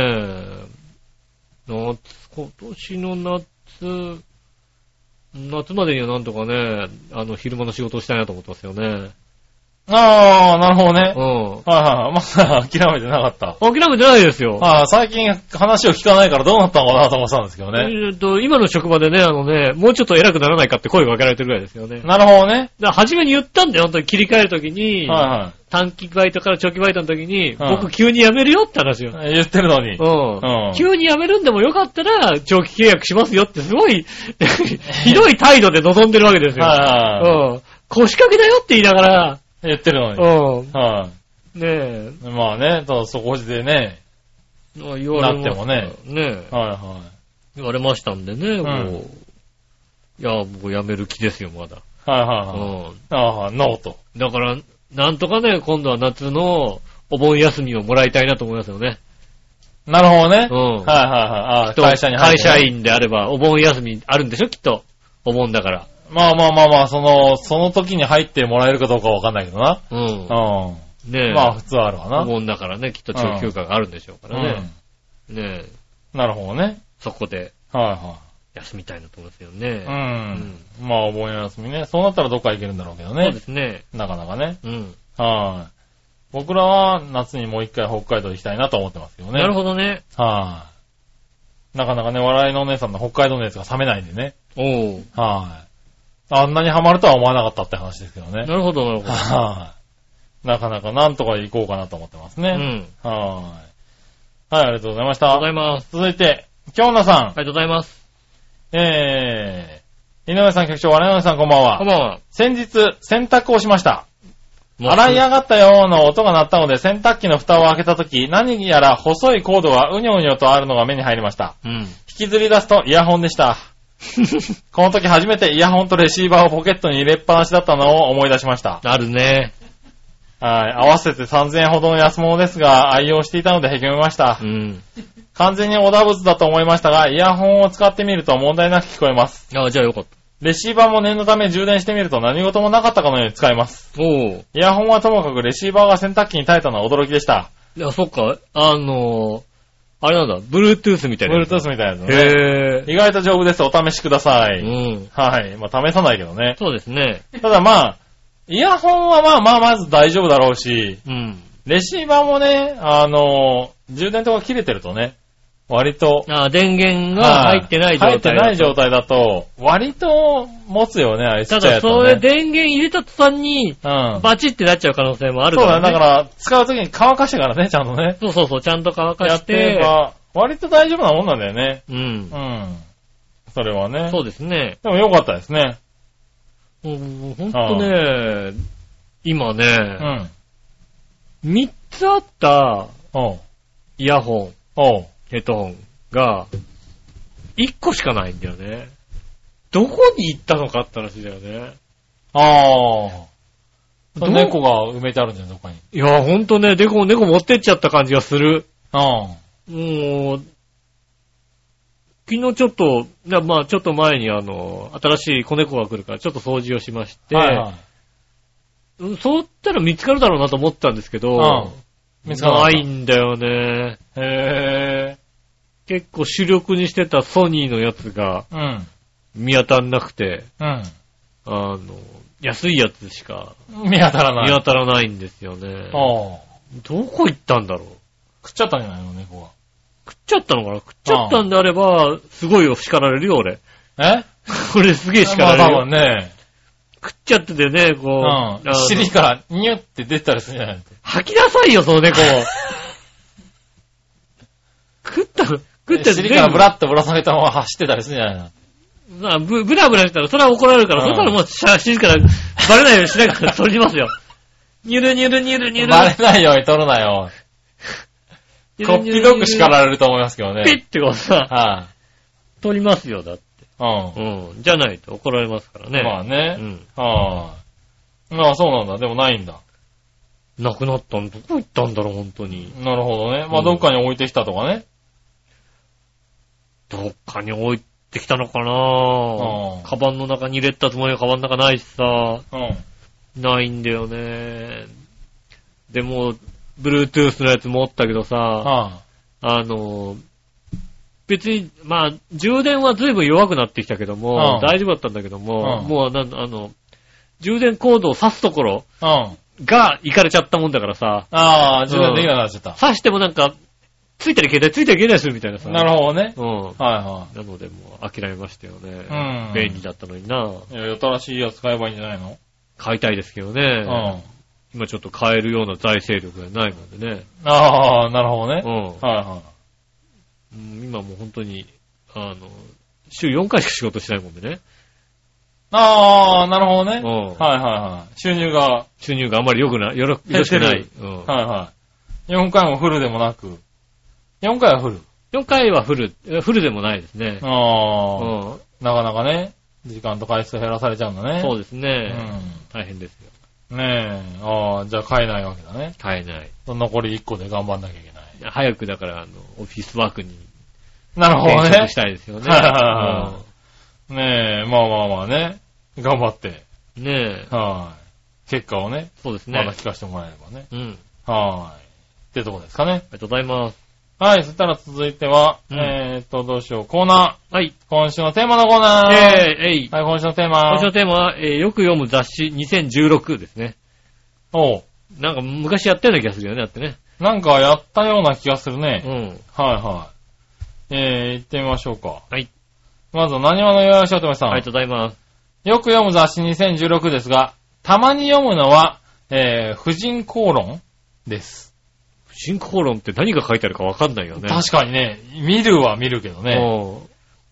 夏、今年の夏、夏までにはなんとかね、あの、昼間の仕事をしたいなと思ってますよね。ああ、なるほどね。うん。はいはいはい。まだ諦めてなかった。諦めてないですよ。ああ、最近話を聞かないからどうなったのかなと思ってたんですけどね。えっと、今の職場でね、あのね、もうちょっと偉くならないかって声をかけられてるぐらいですよね。だかなるほどね。ら初めに言ったんだよ、本当に切り替えるときに、は短期バイトから長期バイトのときに、はい僕急に辞めるよって話をい。はい。言ってるのうに。うんん急に辞めるんでもよかったら、長期契約しますよって、すご い、ひどい態度で臨んでるわけですよ。はいはいはい。うん。腰掛けだよって言いながら、言ってるのに。はうい、ん。ねまあね、ただそこでね、え、まあ言われまなってもね。ねえ、はいは言われましたんでね、んもう。いや、僕辞める気ですよ、まだ。い。はいはいはい。うん。ああ、ノーと。だから、なんとかね、今度は夏のお盆休みをもらいたいなと思いますよね。なるほどね。うん。はいはいはい。ああきっと会社に入ってね会社員であれば、お盆休みあるんでしょ、きっと。お盆だから。まあまあまあまあ、その、その時に入ってもらえるかどうかわかんないけどな。うん。うねえ。ん。まあ普通はあるわおな。盆だからね、きっと長期休暇があるんでしょうからね。ねえ、うんなるほどね。そこでは休みたいなと思いますよいね。はい。うん。まあお盆休みね。そうなったらどっか行けるんだろうけどそうねで。すね。なかなかね。うん。はい。僕らは夏にもう一回北海道行きたいなと思ってますけどね。なるほほどね。ど。はい。なかなかね、笑いのお姉さんの北海道のやつが冷めないんでね。おう。はい。あんなにハマるとは思わなかったって話ですけどね。なるほど、なるほど。はい。なかなかなんとか行こうかなと思ってますうね。ん。はい。はい、ありがとうございましありがとうござた。います。続いて、京奈あさりがとうございます。ん。えー、井上さん局長、我々さんこんばんこんばは。んは。先日、洗濯をしました。もう洗い上がったような音が鳴ったので、洗濯機の蓋を開けたとき、何やら細いコードがうにょうにょとあるのが目に入りました。うん。引きずり出すとイヤホンでした。この時初めてイヤホンとレシーバーをポケットに入れっぱなしだったのを思い出しました。 あるね。はい。合わせて3000円ほどの安物ですが、愛用していたのでへきめましたう。ん。完全にオダブツだと思いましたが、イヤホンを使ってみると問題なく聞こえます。あじゃあよかっレシーバーも念のため充電してみると何事もなかったかのように使えます。た。おう。イヤホンはともかくレシーバーが洗濯機に耐えたのは驚きでした。いや、そっか、あのー、あれなんだ、Bluetooth みたいなやつ。 Bluetooth みたいなやつね。へ意外と丈夫です。お試しくださぇー。い。うん。はい。まあ試さないけどね。そうですね。ただまあ、イヤホンはまあまあまず大丈夫だろうし、うん。レシーバーもね、あの、充電とか切れてるとね、割とあ電源が入ってない状態入ってない状態だと、割と持つよね、あいつたちっちゃいだ、やつそはれね。電源入れた途端に、うん。バチってなっちゃう可能性もあるそから、うだね。ね。だから、使うときに乾かしてからね、ちゃんとね。そうそうそう、ちゃんと乾かやしってれて、ば、割と大丈夫なもんなんだよね。うんう。ん。それはね。そうですね。でも良かったですね。うんほんとね、今うね、ん。 3つあったおう。イヤホン、おう。ヘッドホンが、1個しかないんだよね。どこに行ったのかって話だよね。ああ。どそうう猫が埋めてあるんじゃん、どこに。いや、ほんとね、猫、猫持ってっちゃった感じがする。うん。もう、昨日ちょっと、なまあちょっと前にあの、新しい子猫が来るからちょっと掃除をしまして、はいはいうんそうったら見つかるだろうなと思ったんですけど、うん見つからなないいんだよね。へ結構主力にしてたソニーのやつがうん。見当たんなくて、うあの、安いやつしかん。見当たらない。見当たらないんですよね。ああ。どこ行ったんだろう食っちゃったんじゃないの猫は。食っちゃったのかな食っちゃったんであれば、すごいよ、叱られるよ、俺。 え俺すげえ叱られるまよ。あ多分ね。食っちゃっててね、こう、あうん。の尻からニュって出たりするんじゃないの吐きなさいよ、その 猫を。食った、食った尻からブブララッとぶら下げたまま走ってたりするんじゃないのブブラブラしたら、それは怒られるから、うそんしたらもう写真からバレないようにしな がら撮りますよ。ニュルニュルニュルニュル。バレないように取るなよ。ニュこルっニュルぴどく叱られると思いますけどね。ピッてこうさ、は撮りますよ、だって。い。うん。うん。じゃないと怒られますからね。まあね。うん。はい。ああ、そうなんだ。でもないんだ。なくなったの、どこ行ったんだろう、本当に。なるほどね。うまあ、んどっかに置いてきたとかね。どっかに置いてきたのかなうんカバンの中に入れたつもりがカバンの中ないしさ、うん。ないんだよね。でもう、Bluetooth のやつ持ったけどさ、ああの、別に、まあ、充電は随分弱くなってきたけども、うん大丈夫だったんだけども、うんもうなん、あの、充電コードを挿すところあ。うん。が行かれちゃったもんだからさ、ああ、自分できなくなっちゃった。挿してもなんか、ついたり消えたり、ついたり消えたりするみたいなさ。なるほどね。ほうん。はなので、もう諦めましたよいね。はい。うん。便利だったのにないや。新しいやつ買えばいいんじゃないの買いたいですけどうね。ん。今ちょっと買えるような財政力がないもんでね。ああ、なるほどねう。ん。はいはうん今もう本当に、あの、週4回しか仕事しないもんでね。い。ああ、なるほどうね。はいん。はいはい。収入が、収入があんまり良くない、よろよろしくない。うん。はいはい。4回もフルでもなく。4回はフル。 4回はフル、えフルでもないですね。うああ、ん。なかなかね、時間と回数減らされちゃうんだね。そううですね。ね。大変ですよ。うん。ねえ、ああ、じゃあ買えないわけだね。買えない。残り1個で頑張んなきゃいけない。早くだから、あの、オフィスワークになるほど転ね職し。たいですよね。はいはいはねえ、まあまあまあね。頑張って。 うんねえ、はい。結果をね、そうですまだね。聞かせてもらえればね。うん。ありはい。ってとこですかね。がとうございます。はい、そしたら続いては、うんえーっと、どうしよう、コーナはい。ー。今週のテーマのコーナー。えー、えい。はい、今週のテーマ。今週のテーマは、えーよく読む雑誌2016ですね。おうなんか昔やったような気がするよね、だってね。なんかやったような気がするね。うん。はいはい。えー、行ってみましょうか。はい。まず、何話のよやしおとめさん。ありがとうございます。よく読む雑誌2016ですが、たまに読むのは、えー、婦人公論です。新口論って何が書いてあるかわかんないよね。確かにね、見るは見るけどね。ね。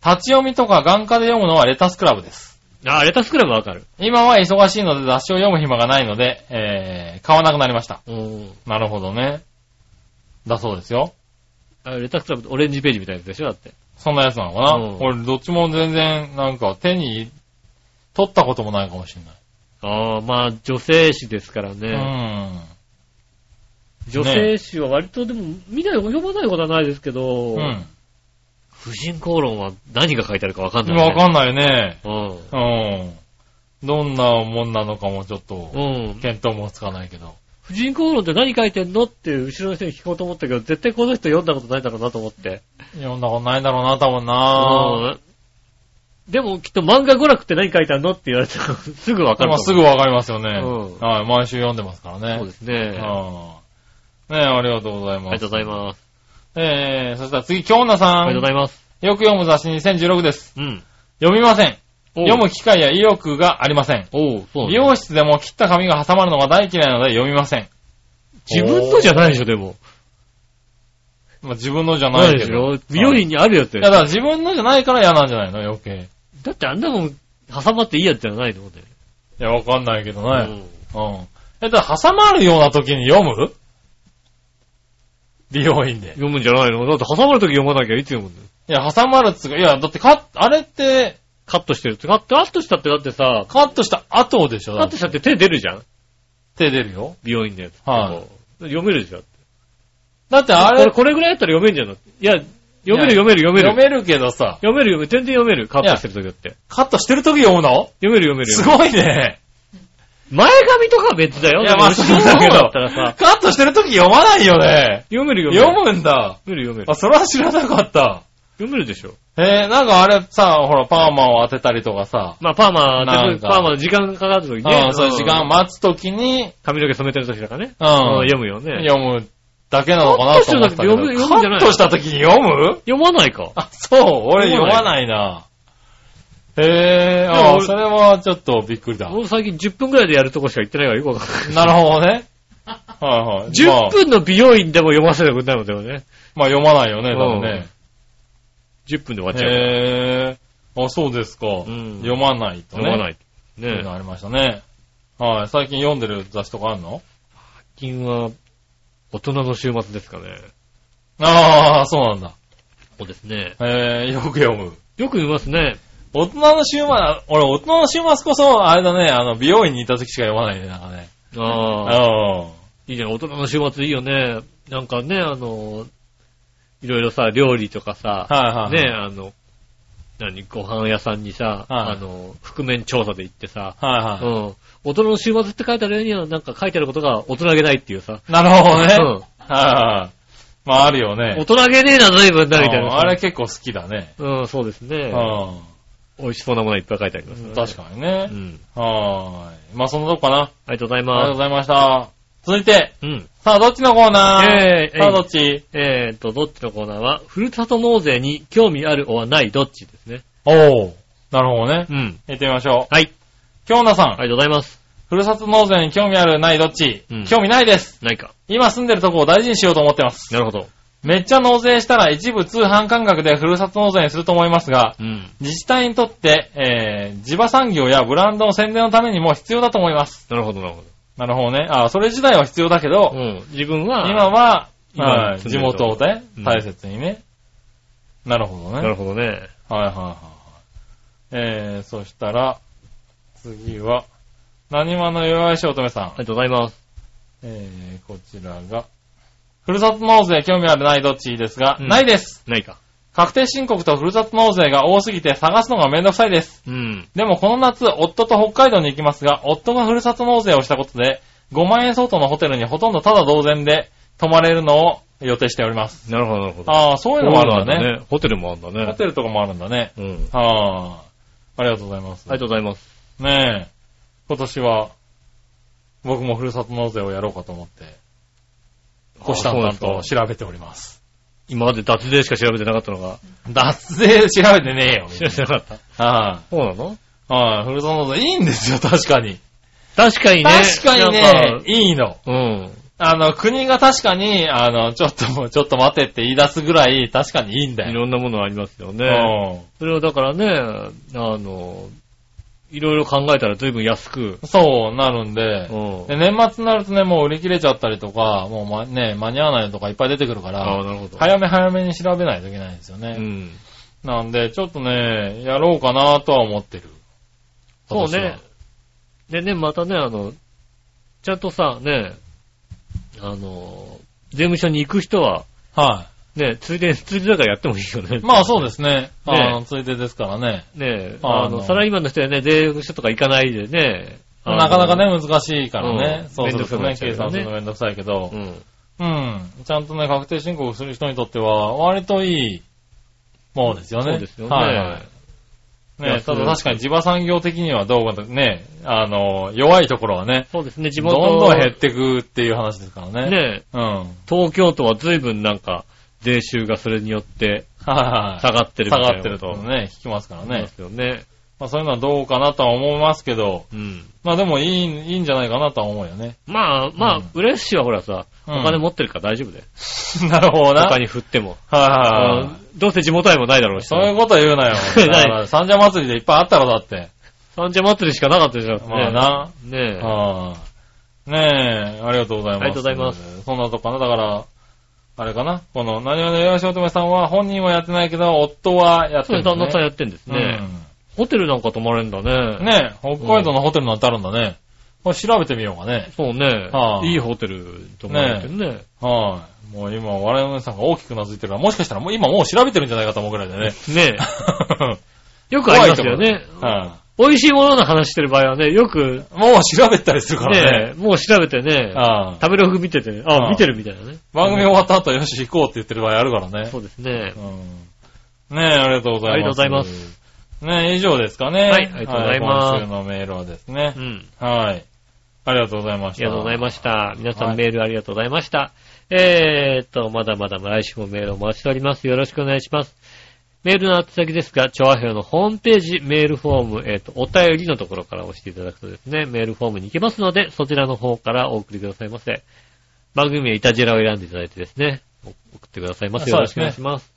立ち読みとか眼科で読むのはレタスクラブです。あ、レタスクラブわかる。今は忙しいので雑誌を読む暇がないので、えー、買わなくなりました。うん。なるほどね。だそうですよ。あレタスクラブってオレンジページみたいなやつでしょだって。そんなやつなのかな、うん俺、どっちも全然、なんか、手に取ったこともないかもしれない。ああ、まあ、女性誌ですからうね。ん。女性誌は割とでも、見ない、読まないことはないですけど、うん。婦人公論は何が書いてあるかわかんない、今わかんないね。うん。うん。どんなもんなのかもちょっうと、ん。見当もつかないけど。婦人公論って何書いてんのって後ろの人に聞こうと思ったけど、絶対この人読んだことないだろうなと思って。読んだことないだろうな、多分な。うんでもきっと漫画娯楽って何書いてあるのって言われたらすぐわかるまあ、すぐわかりますよね。うんはい、毎週読んでますからね。そうですね。あうん。ねえ、ありがとうございります。がとうございます。す。えー、そしたら次、京奈さん。ありがとうございます。よく読む雑誌2016です。うん。読みません。おう読む機会や意欲がありません。おうそうなん美だ容室でも切った髪が挟まるのが大嫌いなので読みません。自分のじゃないでしょ、でも。まあ、自分のじゃなないいでけしどょ。。美容院にあるやついでしや、だょから自分のじゃないから嫌なんじゃないの余計。だってあんなもん挟まっていいやつじゃないので。いや、わかんないけどうね。んうん。え、だから挟まるような時に読む美容院で。読むんじゃないのだって挟まるとき読まなきゃいつ読むんだよ。いや、挟まるっつうか、いや、だってカあれって、カットしてるって。カットカットしたってだってさ、カットした後でしょカットしたって手出るじゃん手出るよ。美容院のやつってこう。はい読めるでしょ。だってああれれ、これぐらいやったら読めんじゃん。いや、読めるいや読める読める。読めるけどさ、読める読める。全然読める。カットしてる時だって。カットしてる時読むの読める読める。すい。ごいね。前髪とか別だよ。いや、まあでそもうだけ後ろのど方だったらさ、、カットしてるとき読まないよね。読める読読める。むんだ。読める読めるあ、。それは知らなかった。読めるでしょ。えー、なんかあれさ、ほら、パーマを当てたりとかさ、まあパーマ当てなんる、かパーマの時間かかるときね。あーそういう時間待つときに、髪の毛染めてるときだからね。うんうん読むよね。読むだけなのかなと思ってたけど、カットしてる時読むカ読むんじゃないットしたときに読む読まないか。あ、そう、俺読読ままないな。へえ、でもあー俺それはちょっとびっく りだ。僕最近10分くらいでやるとこしか行ってないからよくわかんない。なるほどね。はいはい。 10分の美容院でも読ませてくれないのでもね。まあ、まあ読まないよね、だからね。 10分で終わっちゃうから。へー。あ、そうですか。ん読まないと読ね。。まないい。っていうねのがありましたね。はい。最近読んでる雑誌とかあるの最近は、大人の週末ですかね。ああ、そうなんだ。そうですね。えー、よく読む。よく見ますね。大人の週末、俺大人の週末こそ、あれだね、あの、美容院にいた時しか読まないね、なんかね。ああ、あいいね。大人の週末いいよね。なんかね、あの、いろいろさ、料理とかさ、あ。はいはい。ね、あの、何、ご飯屋さんにさ、はいあの、覆面調査で行ってさ、はいはうん。大人の週末って書いてあるようには、なんか書いてあることが大人げないっていうさ。い。なるほどね。うんはいはい。まあ、あるよね大。人げねえな、随分な、みたいなうんさ。あれ結構好きだね。うん、そうですね。う美味しそうなものいっぱい書いてあります、ん。確かにねう。ん。はーい。まあ、そんなとこかな。ありがとうございありがまとうごす。ざいました。続いて、うん。さあ、どっちのコーナーえーさあ、どっちえーっと、どっちのコーナーは、ふるさと納税に興味あるおはないどっちですね。おー。なるほどねう。ん。行ってみましょう。はい。京奈さん、ありがとうございます。ふるさと納税に興味あるないどっち、うん興味ないです。ないか。今住んでるとこを大事にしようと思ってます。なるほど。めっちゃ納税したら一部通販感覚でふるさと納税にすると思いますが、うん。自治体にとって、えー、地場産業やブランドの宣伝のためにも必要だと思います。なるほど、なるほなるほどね。あー、それ自体は必要だけど、ど。うん。自分は、今は、今はい住ん地でると元をねう、ん大切にね。なるほどなるね。ほどね。はいはいはいはい。えー、そしたら、次は、何話の弱いし乙女さんあ。りがとうございます。えー、こちらが、ふるさと納税興味あるないどっちですが、うんないです。ないか。確定申告とふるさと納税が多すぎて探すのがめんどくさいです。うん。でもこの夏、夫と北海道に行きますが、夫がふるさと納税をしたことで、5万円相当のホテルにほとんどただ同然で泊まれるのを予定しております。なるほど、なるほど。ああ、そういうのもあるんだね。ホテルもあるんだホね。テルとかもあるんだね。うん。はあ。ありがとうございます。ありがとうございます。ねえ。今年は、僕もふるさと納税をやろうかと思って、コシタンあさあんそうとですか調べております。今まで脱税しか調べてなかったのが、脱税調べてねえよ。み調たべ ていなかった。なはそうなのい、はい、ふるさと納税いいんで すよ、確かに。確かにね。確かになんねか、いいの。うん。あの、国が確かに、あの、ちょっともう、ちょっと待てって言い出すぐらい、確かにいいんだいよ。ろんなものありますようね。それをだからね、あの、いろいろ考えたら随分安く、んそうなるんで、うん。で、年末になるとね、もう売り切れちゃったりとか、もう、ま、ね、間に合わないのとかいっぱい出てくるかああ、ら、なるほど。早め早めに調べないといけないんですよね。うん。なんで、ちょっとね、やろうかなとは思ってる。そうね。でね、またね、あの、ちゃんとさ、ね、あの、税務署に行く人は、今年は。はね、ついで、ついでだからやってもいいよね。い。まあそうですね。ねあの、ついでですからね。ねえ、ああのの、サラリーマンの人はね、税務署とか行かないでね。あのなかなかね、、難しいからうね。んそうするとね、面倒計くさくなっちゃうよね算するのめんどくさいけどう。ん。うん。ちゃんとね、確定申告する人にとっては、割といいものですよね。そうですよね。はいはい。ね、ただ確かに地場産業的にはどうかと、ね、あの、弱いところはね、そうですね、地どん元どん減ってくっていう話ですからね。ねえ、うん。はい東京都は随分なんか、税収がそれによってはい。下がってるみ下たいながってるとね、聞きますからね。ねで。すよね。まあそういうのはどうかなとは思いますけど、うん。まあでもいい、いいんじゃないかなとは思うよね。まあ、まあうん、嬉しいはほらさ、おうん金持ってるから大丈夫だよ。 なるほどな。他はいに振っても。はいはい。うんどうせ地元愛もないだろうし。そういうこと言う なよ。だから三社祭りでいっぱいあったろだって。三社祭りしかなかったじゃん。まあな。ねえ。はいねえ、ありがとうございます。。ありがとうございますそんなとこかな。だから、あれかな。この、何々よしおとめさんは本人はやってないけど、夫はやっそてうるでんす、旦だね。那さんやってんですね。ホテルなんか泊まれんだうんね。ねえ、北海道のホテルなんてあるんだね。これ調べてみようかね。そうねは。あいいホテル泊まれてるね。はい。もう今、我々のさんが大きくなずいてるから、もしかした らもう今もう調べてるんじゃないかと思うぐらいだよね。ねえ。よくありますよね。は美味しいものの話してる場合はね、よく、もう調べたりするからねね。、もう調べてね、ああ食べログ見ててね、あうあ、ん見てるみたいなね。番組終わった後、よし、行こうって言ってる場合あるからね。そうですねう。んねえ、ありがとうございます。。ありがとうございますねえ、以上ですかね。はいありがとうございますは今週のメールはですねう。ん。はい。ありがとうございまあしりた。がとうございました。皆さはんいメールありがとうございました。えーっと、まだまだ来週もメールお待ちしております。よろしくお願いします。メールの宛先ですが、調和表のホームページ、メールフォーム、えーっと、お便りのところから押していただくとですね、メールフォームに行けますので、そちらの方からお送りくださいませ。番組はいたじらを選んでいただいてですね、お送ってくださいませ。よろしくお願いします。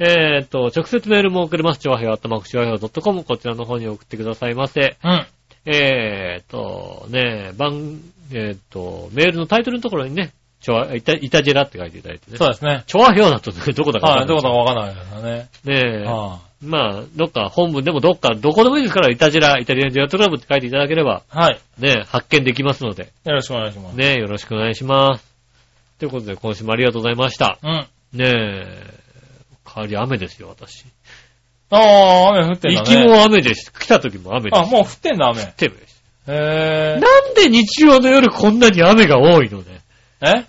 えーっと、直接メールも送れます。調和表、あったまく調和表 .com、こちらの方に送ってくださいませ。うん。えーと、ね、番、えーと、メールのタイトルのところにね、ちょわ、いた、いたじらって書いていただいてね。そうですね。調和表だとねどこだかわはかい、んどなういいうことかわかんないからね。ねえ、はまあ、どっか本文でもどっか、どこでもいいですから、いたじら、イタリアンジェラートクラブって書いていただければ、いはい。ねえ、発見できますので、よろしくお願いします。ねえ、よろしくお願いします。ということで、今週もありがとうございました。うん。ねえ、代わり雨ですよ、私。ああ、雨降ってんだ行ね。きも雨です。来た時も雨です。あ、もう降ってんだ、雨。テレビですへなんで日曜の夜こんなに雨が多いのね。え。え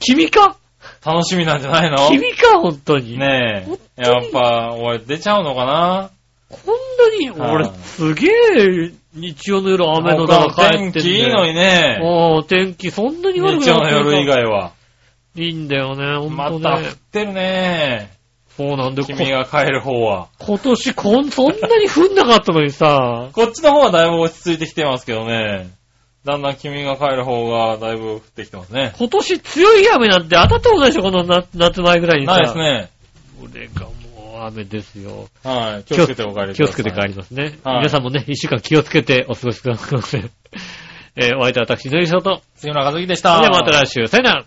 君か楽しみなんじゃないの君か、本当に。ね本え。やっぱ、おい、出ちゃうのかなこんなに、はい俺、すげえ、日曜の夜雨の中他帰の天って気いいのにね。おー天気そんなに日悪く曜なのい。夜以外は。いいんだよね、ほまんとた降ねっ。てるね。そうなんだよ、こ君が帰る方は。今年こん、そんなに降んなかったのにさ、こっちの方はだいぶ落ち着いてきてますけどね。だんだん君が帰る方がだいぶ降ってきてますね。今年強い雨なんて当たったことないでしょ、この夏夏前ぐらいにさ。ないですね。俺がもう雨ですよ。はい。気をつけてお帰りください。気をつけて帰りますね。はい皆さんもね、一週間気をつけてお過 ごしください。えー、お相手は私、のりしと。杉村和樹でしそた。れではまた来週、さよなら。